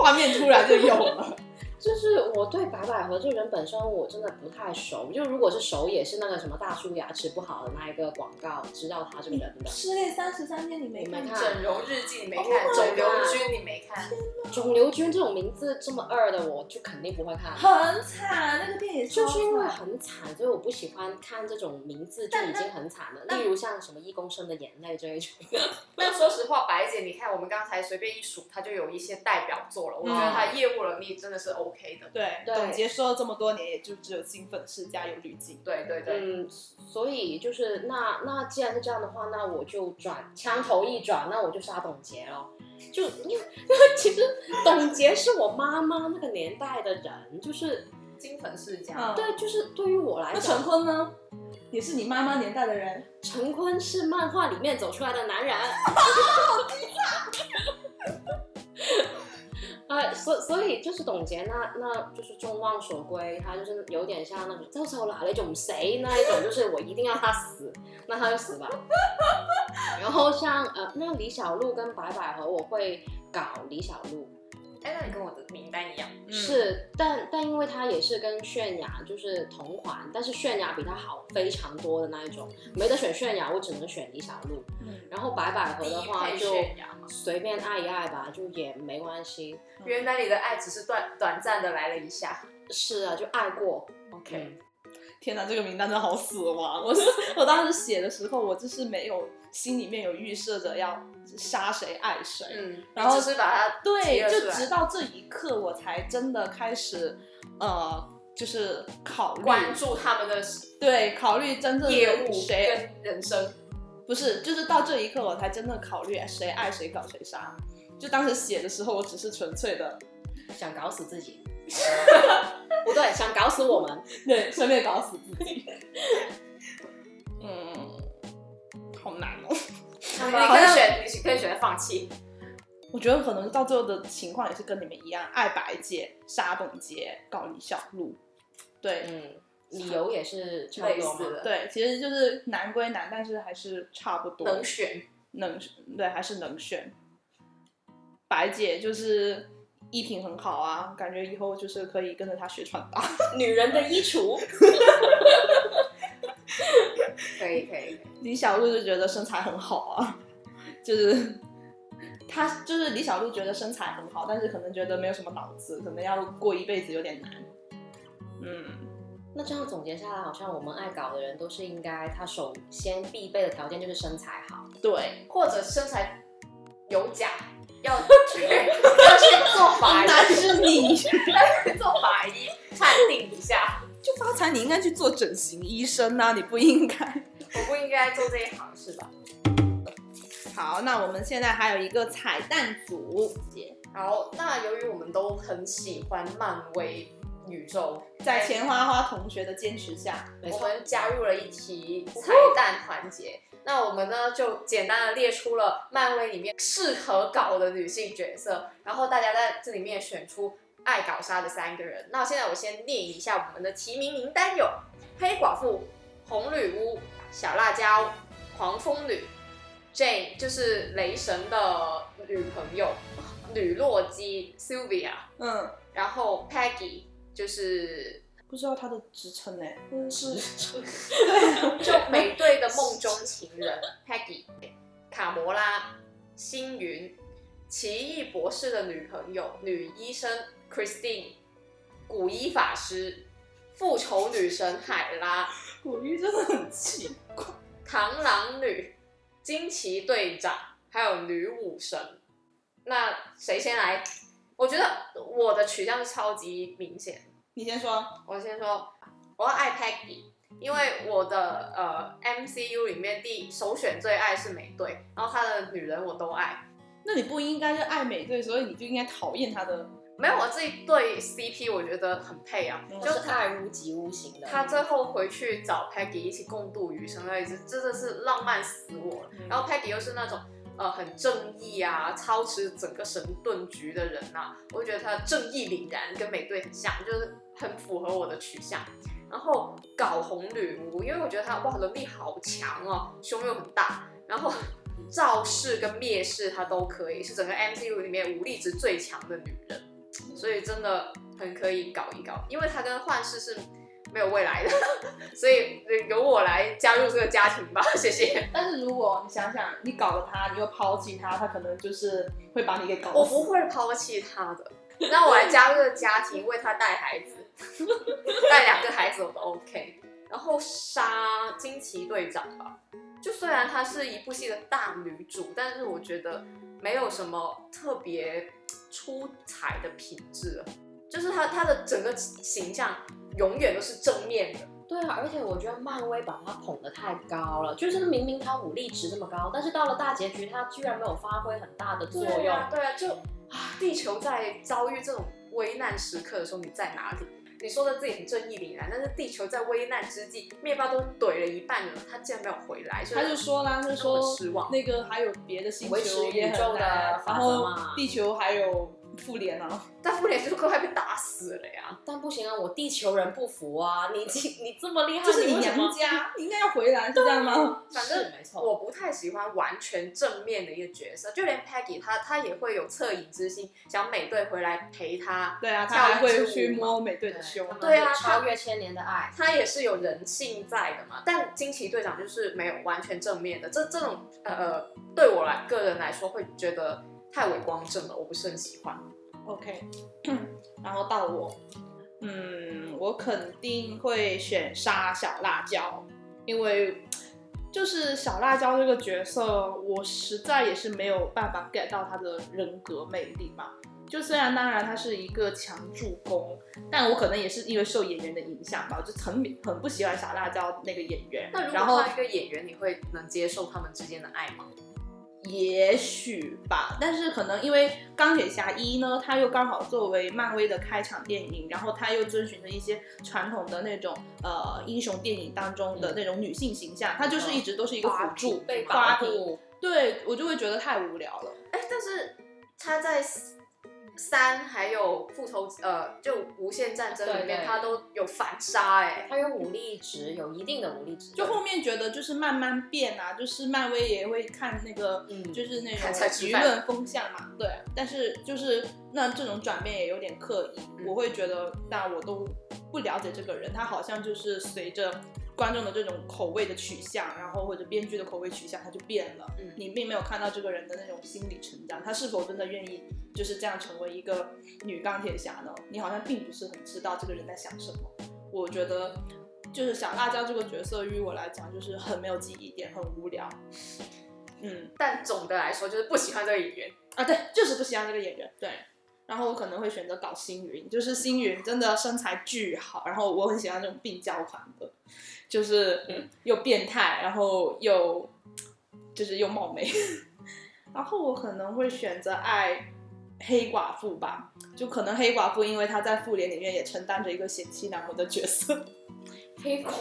S3: 画面突然就有了。
S1: 就是我对白百合这个人本身我真的不太熟，就如果是熟也是那个什么大叔牙齿不好的那一个广告，知道他这个人的。
S3: [LAUGHS] 失恋三十三天你没
S1: 我没
S3: 看
S1: 看
S3: 过？
S2: 整容日记你没看，
S1: 哦
S2: 肿瘤君你没看，
S1: 肿瘤君这种名字这么二的，我就肯定不会看。
S3: 很惨，那个电影
S1: 就是因为
S3: 超惨
S1: 很惨，所以我不喜欢看这种名字就
S2: 但
S1: 已经很惨了。
S2: 但
S1: 例如像什么一公升的眼泪这一
S2: [LAUGHS]
S1: 种，
S2: 但说实话，白姐，你看我们刚才随便一数，她就有一些代表作了。我觉得她业务能力真的是 OK 的。
S3: 对，
S1: 对
S3: 董洁说了这么多年，也就只有金粉世家有滤镜。
S2: 对对对，
S1: 嗯，所以就是那那既然是这样的话，那我就转枪头一转，那我就杀董洁咯。就因为 [LAUGHS] 其实董洁是我妈妈那个年代的人，就是
S2: 金粉世家
S3: 嗯，
S1: 对，就是对于我来
S3: 那
S1: 讲，
S3: 陈坤呢？也是你妈妈年代的人，
S1: 陈坤是漫画里面走出来的男人，好低啊！呃，所所以就是董洁那那就是众望所归，他就是有点像那种招手拿了一种谁那一种，就是我一定要他死，那他就死吧。然后像呃，那李小璐跟白百合，我会搞李小璐，
S2: 哎，那你跟我的名单一样。
S1: 是，但但因为她也是跟泫雅就是同款，但是泫雅比她好非常多的那一种，没得选泫雅，我只能选李小璐。
S3: 嗯，
S1: 然后白百合
S2: 第
S1: 的
S2: 一
S1: 话
S2: 配
S1: 就
S2: 泫雅嘛。
S1: 随便爱一爱吧，就也没关系。
S2: 原来你的爱只是短短暂的来了一下。
S1: 是啊，就爱过。
S2: OK，
S3: 天哪，这个名单真的好死 [LAUGHS] 亡！啊我我当时写的时候，我就是没有心里面有预设着要杀谁爱谁，
S2: 嗯，
S3: 然后
S2: 你只是把它
S3: 对
S2: 提，了出
S3: 就
S2: 来
S3: 直到这一刻，我才真的开始，呃，就是考虑，
S2: 关注他们的
S3: 对，考虑真正
S2: 业务
S3: 的谁
S2: 跟人生。
S3: 不是，就是到这一刻我才真的考虑哎谁爱谁搞谁杀。就当时写的时候，我只是纯粹的
S1: 想搞死自己，嗯 [LAUGHS] 不对，想搞死我们。
S3: 对顺便搞死自己。 [LAUGHS] 嗯，好难哦。 [LAUGHS]
S2: 你
S1: 吧
S2: 可以选，你可以选择放弃。
S3: 我觉得可能到最后的情况也是跟你们一样，爱白姐、杀董洁、搞李小璐。对、
S2: [LAUGHS]
S1: 嗯，理由也是差不
S2: 类
S1: 多
S2: 似
S1: 嘛。
S2: 的，
S3: 对，其实就是难归难，但是还是差不多。
S2: 能选。
S3: 能对还是能选。白姐就是衣品很好啊，感觉以后就是可以跟着她学穿搭。
S1: 女人的衣橱，
S2: 可以可以。可以
S3: 李小璐就觉得身材很好啊，就是她就是李小璐觉得身材很好，但是可能觉得没有什么脑子，可能要过一辈子有点难。嗯，
S1: 那这样总结下来，好像我们爱搞的人都是应该，他首先必备的条件就是身材好。
S3: 对，
S2: 或者身材有假，要去要去做法
S3: 但
S2: 医， [LAUGHS]
S3: 是你
S2: 做法医判定一下。
S3: [LAUGHS] 就发财，你应该去做整形医生啊，你不应该。
S2: 我不应该做这一行是吧？
S3: [LAUGHS] 好，那我们现在还有一个彩蛋组，
S2: 好，那由于我们都很喜欢漫威宇宙，
S3: 在钱花花同学的坚持下，
S1: 没
S2: 我
S1: 错，
S2: 们加入了一题彩蛋环节。那我们呢就简单的列出了漫威里面适合搞的女性角色，然后大家在这里面选出爱搞杀的三个人。那现在我先念一下我们的提名名单有：黑寡妇、红女巫、小辣椒、狂风女、Jane 就是雷神的女朋友、女洛基 Sylvia，
S3: 嗯，
S2: 然后 Peggy 就是
S3: 不知道他的职称哎，嗯是 [LAUGHS]
S2: 就美队的梦中情人 Peggy、卡魔拉、星云、奇异博士的女朋友女医生 Christine、古一法师、复仇女神海拉、
S3: 古玉真的很奇怪。
S2: 螳螂女、惊奇队长，还有女武神。那谁先来？我觉得我的取向是超级明显的
S3: 你先说，
S2: 我先说，我要爱 Peggy，因为我的呃 MCU 里面第一首选最爱是美队，然后她的女人我都爱。
S3: 那你不应该是爱美队，所以你就应该讨厌他的。
S2: 没有，我自己对 CP 我觉得很配啊，
S3: 嗯
S1: 就
S2: 就是是
S1: 爱屋及乌型的。
S2: 他最后回去找 Peggy 一起共度余生，那一直真的是浪漫死我了。
S3: 嗯
S2: 然后 Peggy 又是那种呃很正义啊，操持整个神盾局的人呐、啊我就觉得他正义凛然，跟美队很像，就是很符合我的取向。然后搞红女巫，因为我觉得她哇能力好强哦，胸又很大，然后造势跟灭世她都可以，是整个 MCU 里面武力值最强的女人，所以真的很可以搞一搞，因为她跟幻视是没有未来的， [LAUGHS] 所以呃由我来加入这个家庭吧，谢谢。
S3: 但是如果你想想，你搞了他，你又抛弃他，他可能就是会把你给搞死。
S2: 我不会抛弃她的，那我来加入这个家庭，为她带孩子， [LAUGHS] 带两个孩子我都 OK。然后杀惊奇队长吧，就虽然她是一部戏的大女主，但是我觉得没有什么特别出彩的品质了，就是她她的整个形象永远都是正面的。
S1: 对啊，而且我觉得漫威把他捧得太高了，就是明明他武力值这么高，但是到了大结局，他居然没有发挥很大的作
S2: 对
S1: 用
S2: 啊，。对啊，就啊，地球在遭遇这种危难时刻的时候，你在哪里？你说的自己很正义凛然，但是地球在危难之际，面包都怼了一半了，他竟然没有回来，所以
S3: 他就说啦，他就说
S2: 让我失望
S3: 那个还有别的星
S1: 维持
S3: 球也
S1: 宇
S3: 很
S1: 宙的
S3: 难，
S1: 法
S3: 然
S1: 则
S3: 后
S1: 嘛
S3: 地球还有复联啊，
S2: 但复联就快被打死了呀。
S1: 但不行啊，我地球人不服啊！你 [LAUGHS] 你你这么厉害，
S3: 就是你
S1: 为什
S3: 娘
S1: 么？
S3: 家，啊你应该要回来，是这样吗？
S2: 反正
S1: 是没错，
S2: 我不太喜欢完全正面的一个角色，就连 Peggy 她她也会有恻隐之心，想美队回来陪她，
S3: 对啊，他
S2: 跳
S3: 还会
S2: 支舞
S3: 去
S2: 嘛
S3: 摸美队的胸
S1: 他。们
S2: 对啊
S1: 有
S2: 他
S1: 超越千年的爱，
S2: 他也是有人性在的嘛。但惊奇队长就是没有完全正面的，这这种呃，对我来个人来说会觉得太伪光正了，我不是很喜欢。
S3: OK，然后到我，嗯，我肯定会选杀小辣椒，因为就是小辣椒这个角色，我实在也是没有办法 get 到她的人格魅力吧。就虽然当然她是一个强助攻，但我可能也是因为受演员的影响吧，我就很很不喜欢小辣椒那个演员。
S2: 那如
S3: 然
S2: 果
S3: 后
S2: 换一个演员，你会能接受他们之间的爱吗？
S3: 也许吧，但是可能因为钢铁侠一呢，它又刚好作为漫威的开场电影，然后它又遵循着一些传统的那种呃英雄电影当中
S1: 嗯
S3: 的那种女性形象，它就是一直都是一个辅助
S1: 被
S3: 花
S1: 保
S3: 瓶。
S1: 护。
S3: 对我就会觉得太无聊了。
S2: 哎，但是他在三还有复仇呃，就无限战争里
S1: 对
S2: 面，
S1: 对
S2: 他都有反杀哎、
S1: 他有武力值，有一定的武力值，
S3: 就后面觉得就是慢慢变啊，就是漫威也会看那个，
S1: 嗯
S3: 就是那种
S2: 看菜吃
S3: 舆
S2: 饭嗯
S3: 论风向嘛，对。但是就是那这种转变也有点刻意，
S2: 嗯
S3: 我会觉得那我都不了解这个人，他好像就是随着观众的这种口味的取向，然后或者编剧的口味取向，他就变了。
S2: 嗯
S3: 你并没有看到这个人的那种心理成长，他是否真的愿意就是这样成为一个女钢铁侠呢？你好像并不是很知道这个人在想什么。我觉得就是小辣椒这个角色，于我来讲就是很没有记忆点，很无聊。嗯
S2: 但总的来说，就是不喜欢这个 [LAUGHS] 演员。
S3: 啊，对，就是不喜欢这个演员。对，然后我可能会选择搞星云，就是星云真的身材巨好，然后我很喜欢这种病娇款的，就是又变态，然后又就是又貌美。 [LAUGHS] 然后我可能会选择爱黑寡妇吧，就可能黑寡妇因为她在复联里面也承担着一个贤妻良母的角色。 [LAUGHS]
S1: 黑寡，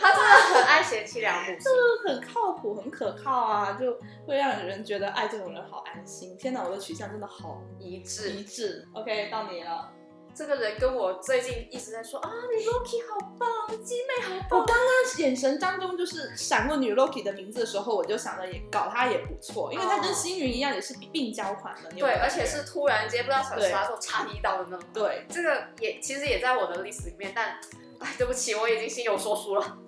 S2: 他真的很爱贤妻良母，
S3: 就是很靠谱、很可靠啊，就会让人觉得爱这种人好安心。天哪，我的取向真的好
S2: 一
S3: 一
S2: 致。
S3: 致。OK，到你了。
S2: 这个人跟我最近一直在说啊，你 Loki 好棒，鸡妹好
S3: 我
S2: 棒。
S3: 刚刚眼神当中就是闪过女 Loki 的名字的时候，我就想着也搞她也不错，因为她跟星云一样也是病娇款的。你有
S2: 哦对，
S3: 没有
S2: 而且
S3: 觉得
S2: 是突然间不知道想啥时候插你一刀的那种。
S3: 对
S2: 这个也其实也在我的 list 里面，但哎，对不起，我已经心有所属了。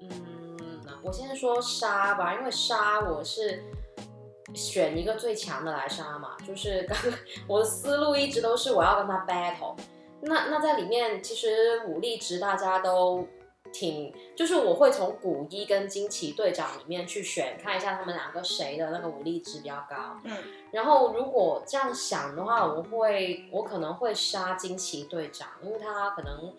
S1: 嗯，我先说杀吧，因为杀我是选一个最强的来杀嘛，就是刚我的思路一直都是我要跟他 battle。那那在里面其实武力值大家都挺，就是我会从古一跟惊奇队长里面去选，看一下他们两个谁的那个武力值比较高。
S3: 嗯，
S1: 然后如果这样想的话，我会我可能会杀惊奇队长，因为他可能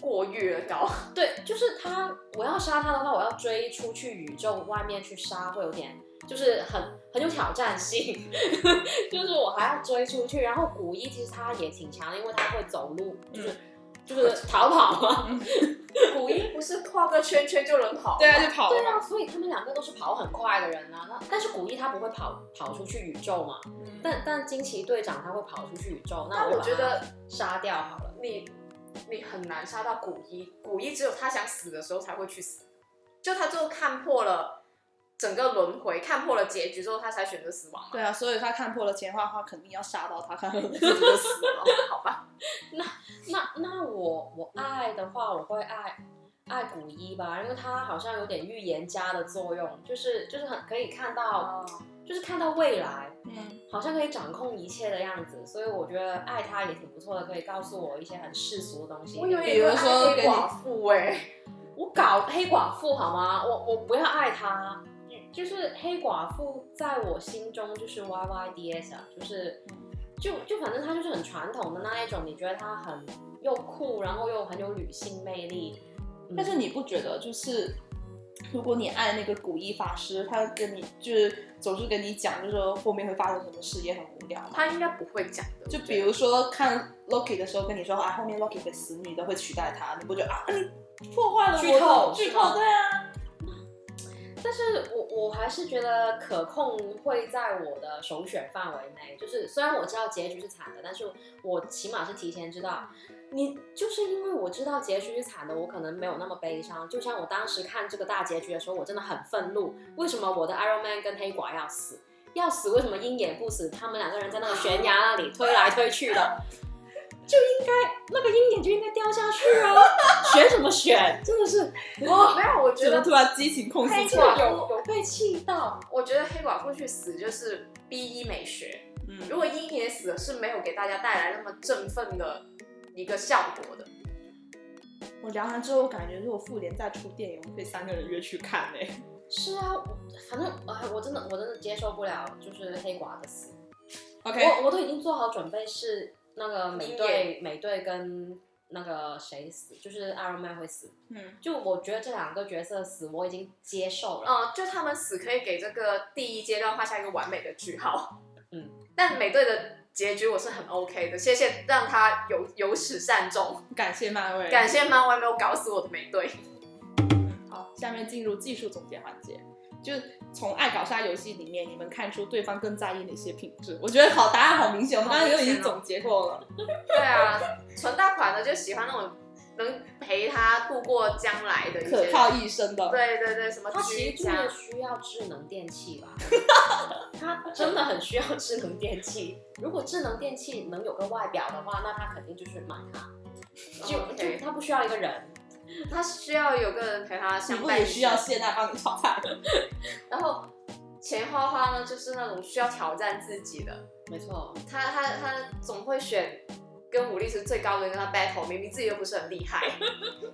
S2: 过誉了高，
S1: 对，就是他，我要杀他的话，我要追出去宇宙外面去杀，会有点就是很很有挑战性， [LAUGHS] 就是我还要追出去。然后古一其实他也挺强的，因为他会走路，就是、就是逃跑嘛，
S2: 古一不是画个圈圈就能跑吗？
S3: 对啊，就跑了
S1: 对
S3: 嘛。
S1: 啊，所以他们两个都是跑很快的人啊。那但是古一他不会跑跑出去宇宙嘛？
S2: 嗯
S1: 但但惊奇队长他会跑出去宇宙，那
S2: 但
S1: 我
S2: 我觉
S1: 把
S2: 得
S1: 他杀掉好了。
S2: 你你很难杀到古一，古一只有他想死的时候才会去死，就他最后看破了整个轮回，看破了结局之后，他才选择死亡嘛。
S3: 对啊，所以他看破了钱花花，肯定要杀到他，看他自己就死了。
S2: [LAUGHS] 好吧，
S1: 那那我我爱的话，我会爱爱古一吧，因为他好像有点预言家的作用，就是就是很可以看到，就是看到未来，
S3: 嗯，
S1: 好像可以掌控一切的样子。所以我觉得爱他也挺不错的，可以告诉我一些很世俗的东西。
S2: 我有
S3: 比
S2: 点
S3: 如说
S2: 爱
S3: 给你
S2: 黑寡妇哎、
S1: 我搞黑寡妇好吗？我我不要爱她，就是黑寡妇在我心中就是 Y Y D S 啊，就是就就反正她就是很传统的那一种，你觉得她很又酷，然后又很有女性魅力，嗯
S3: 但是你不觉得就是，如果你爱那个古一法师，他跟你就是总是跟你讲，就是说后面会发生什么事，也很无聊嘛。
S2: 他应该不会讲的。
S3: 就
S2: 我觉
S3: 比
S2: 得
S3: 如说看 Loki 的时候，跟你说啊，后面 Loki 会死，女的会取代他，你不觉得啊，你破坏了我
S1: 剧透
S3: 剧
S1: 是吗
S3: 透对啊，
S1: 但是我我还是觉得可控会在我的首选范围内，就是虽然我知道结局是惨的，但是我起码是提前知道。你就是因为我知道结局是惨的，我可能没有那么悲伤。就像我当时看这个大结局的时候，我真的很愤怒，为什么我的 Iron Man 跟黑寡要死？要死为什么鹰眼不死？他们两个人在那个悬崖那里推来推去的，就应该那个鹰眼就应该掉下去啊！选什么选？真的是
S2: 哦，没有，我觉
S3: 怎么
S2: 得
S3: 突然激情控
S2: 黑
S3: 制起
S1: 就
S3: 来？
S2: 寡
S1: 有
S2: 妇，
S1: 有被气到。
S2: 我觉得黑寡妇去死就是 B 一美学。
S3: 嗯，
S2: 如果鹰眼死了，是没有给大家带来那么振奋的一个效果的。
S3: 我聊完之后，我感觉如果复联再出电影，我们可以三个人约去看欸诶、
S1: 是啊，我反正哎，我真的我真的接受不了，就是黑寡的死。
S3: OK，
S1: 我我都已经做好准备是那个美队美队跟那个谁死，就是 Iron Man 会死。
S3: 嗯，
S1: 就我觉得这两个角色死我已经接受了。
S2: 嗯，就他们死可以给这个第一阶段画下一个完美的句号。
S1: 嗯，
S2: [LAUGHS] 但美队的结局我是很 OK 的，谢谢让他有有始善终，
S3: 感谢漫威，嗯
S2: 感谢漫威没有搞死我的美队。 [LAUGHS]
S3: 好，下面进入技术总结环节，就是从爱搞杀游戏里面，你们看出对方更在意哪些品质？我觉得好，答案好明显，我哦们刚刚就已经总结过了。
S2: 对啊，存大款的就喜欢那种能陪他度过将来的一些
S3: 可
S2: 人
S3: 靠一生的，
S2: 对对对，什么
S1: 他
S2: 居
S1: 其实真
S2: 家
S1: 的，需要智能电器
S2: [LAUGHS]
S1: 吧？他真的很需要智能电器。如果智能电器能有个外表的话，那他肯定就是买它。就
S2: 哦
S1: 就
S2: ，OK
S1: 他不需要一个人，
S2: 他需要有个人陪他
S3: 你
S2: 相
S3: 不
S2: 伴一
S3: 也
S2: 生。
S3: 需要谢娜帮你炒菜？
S2: 然后钱花花呢，就是那种需要挑战自己的，
S1: 没错。
S2: 他他他总会选跟武力值最高的人跟他 battle，明明自己又不是很厉害，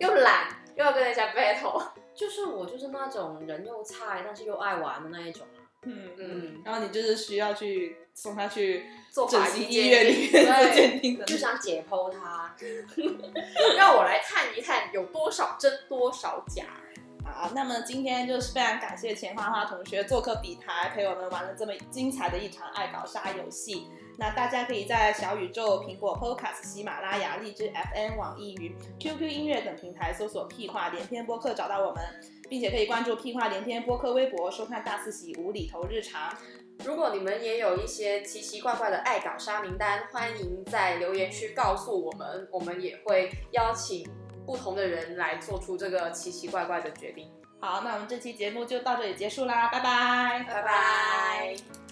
S2: 又懒，又要跟人家 battle。 [LAUGHS]
S1: 就是我就是那种人又菜，但是又爱玩的那一种啊。
S3: 嗯，
S2: 嗯，
S3: 然后你就是需要去送他去
S2: 做
S3: 整
S2: 法
S3: 形
S2: 医
S3: 医院里面做鉴定的
S1: 就。想解剖他。
S2: 让我来探一探有多少真多少假。
S3: 好，那么今天就是非常感谢钱花花同学做客比台，陪我们玩了这么精彩的一场爱搞杀游戏。那大家可以在小宇宙、苹果 Podcast、喜马拉雅、荔枝 FM、网易云、QQ 音乐等平台搜索“屁话连篇播客”找到我们，并且可以关注“屁话连篇播客”微博，收看大四喜无厘头日常。
S2: 如果你们也有一些奇奇怪怪的爱搞杀名单，欢迎在留言区告诉我们，我们也会邀请不同的人来做出这个奇奇怪怪的决定。
S3: 好，那我们这期节目就到这里结束啦，拜拜。
S2: 拜拜。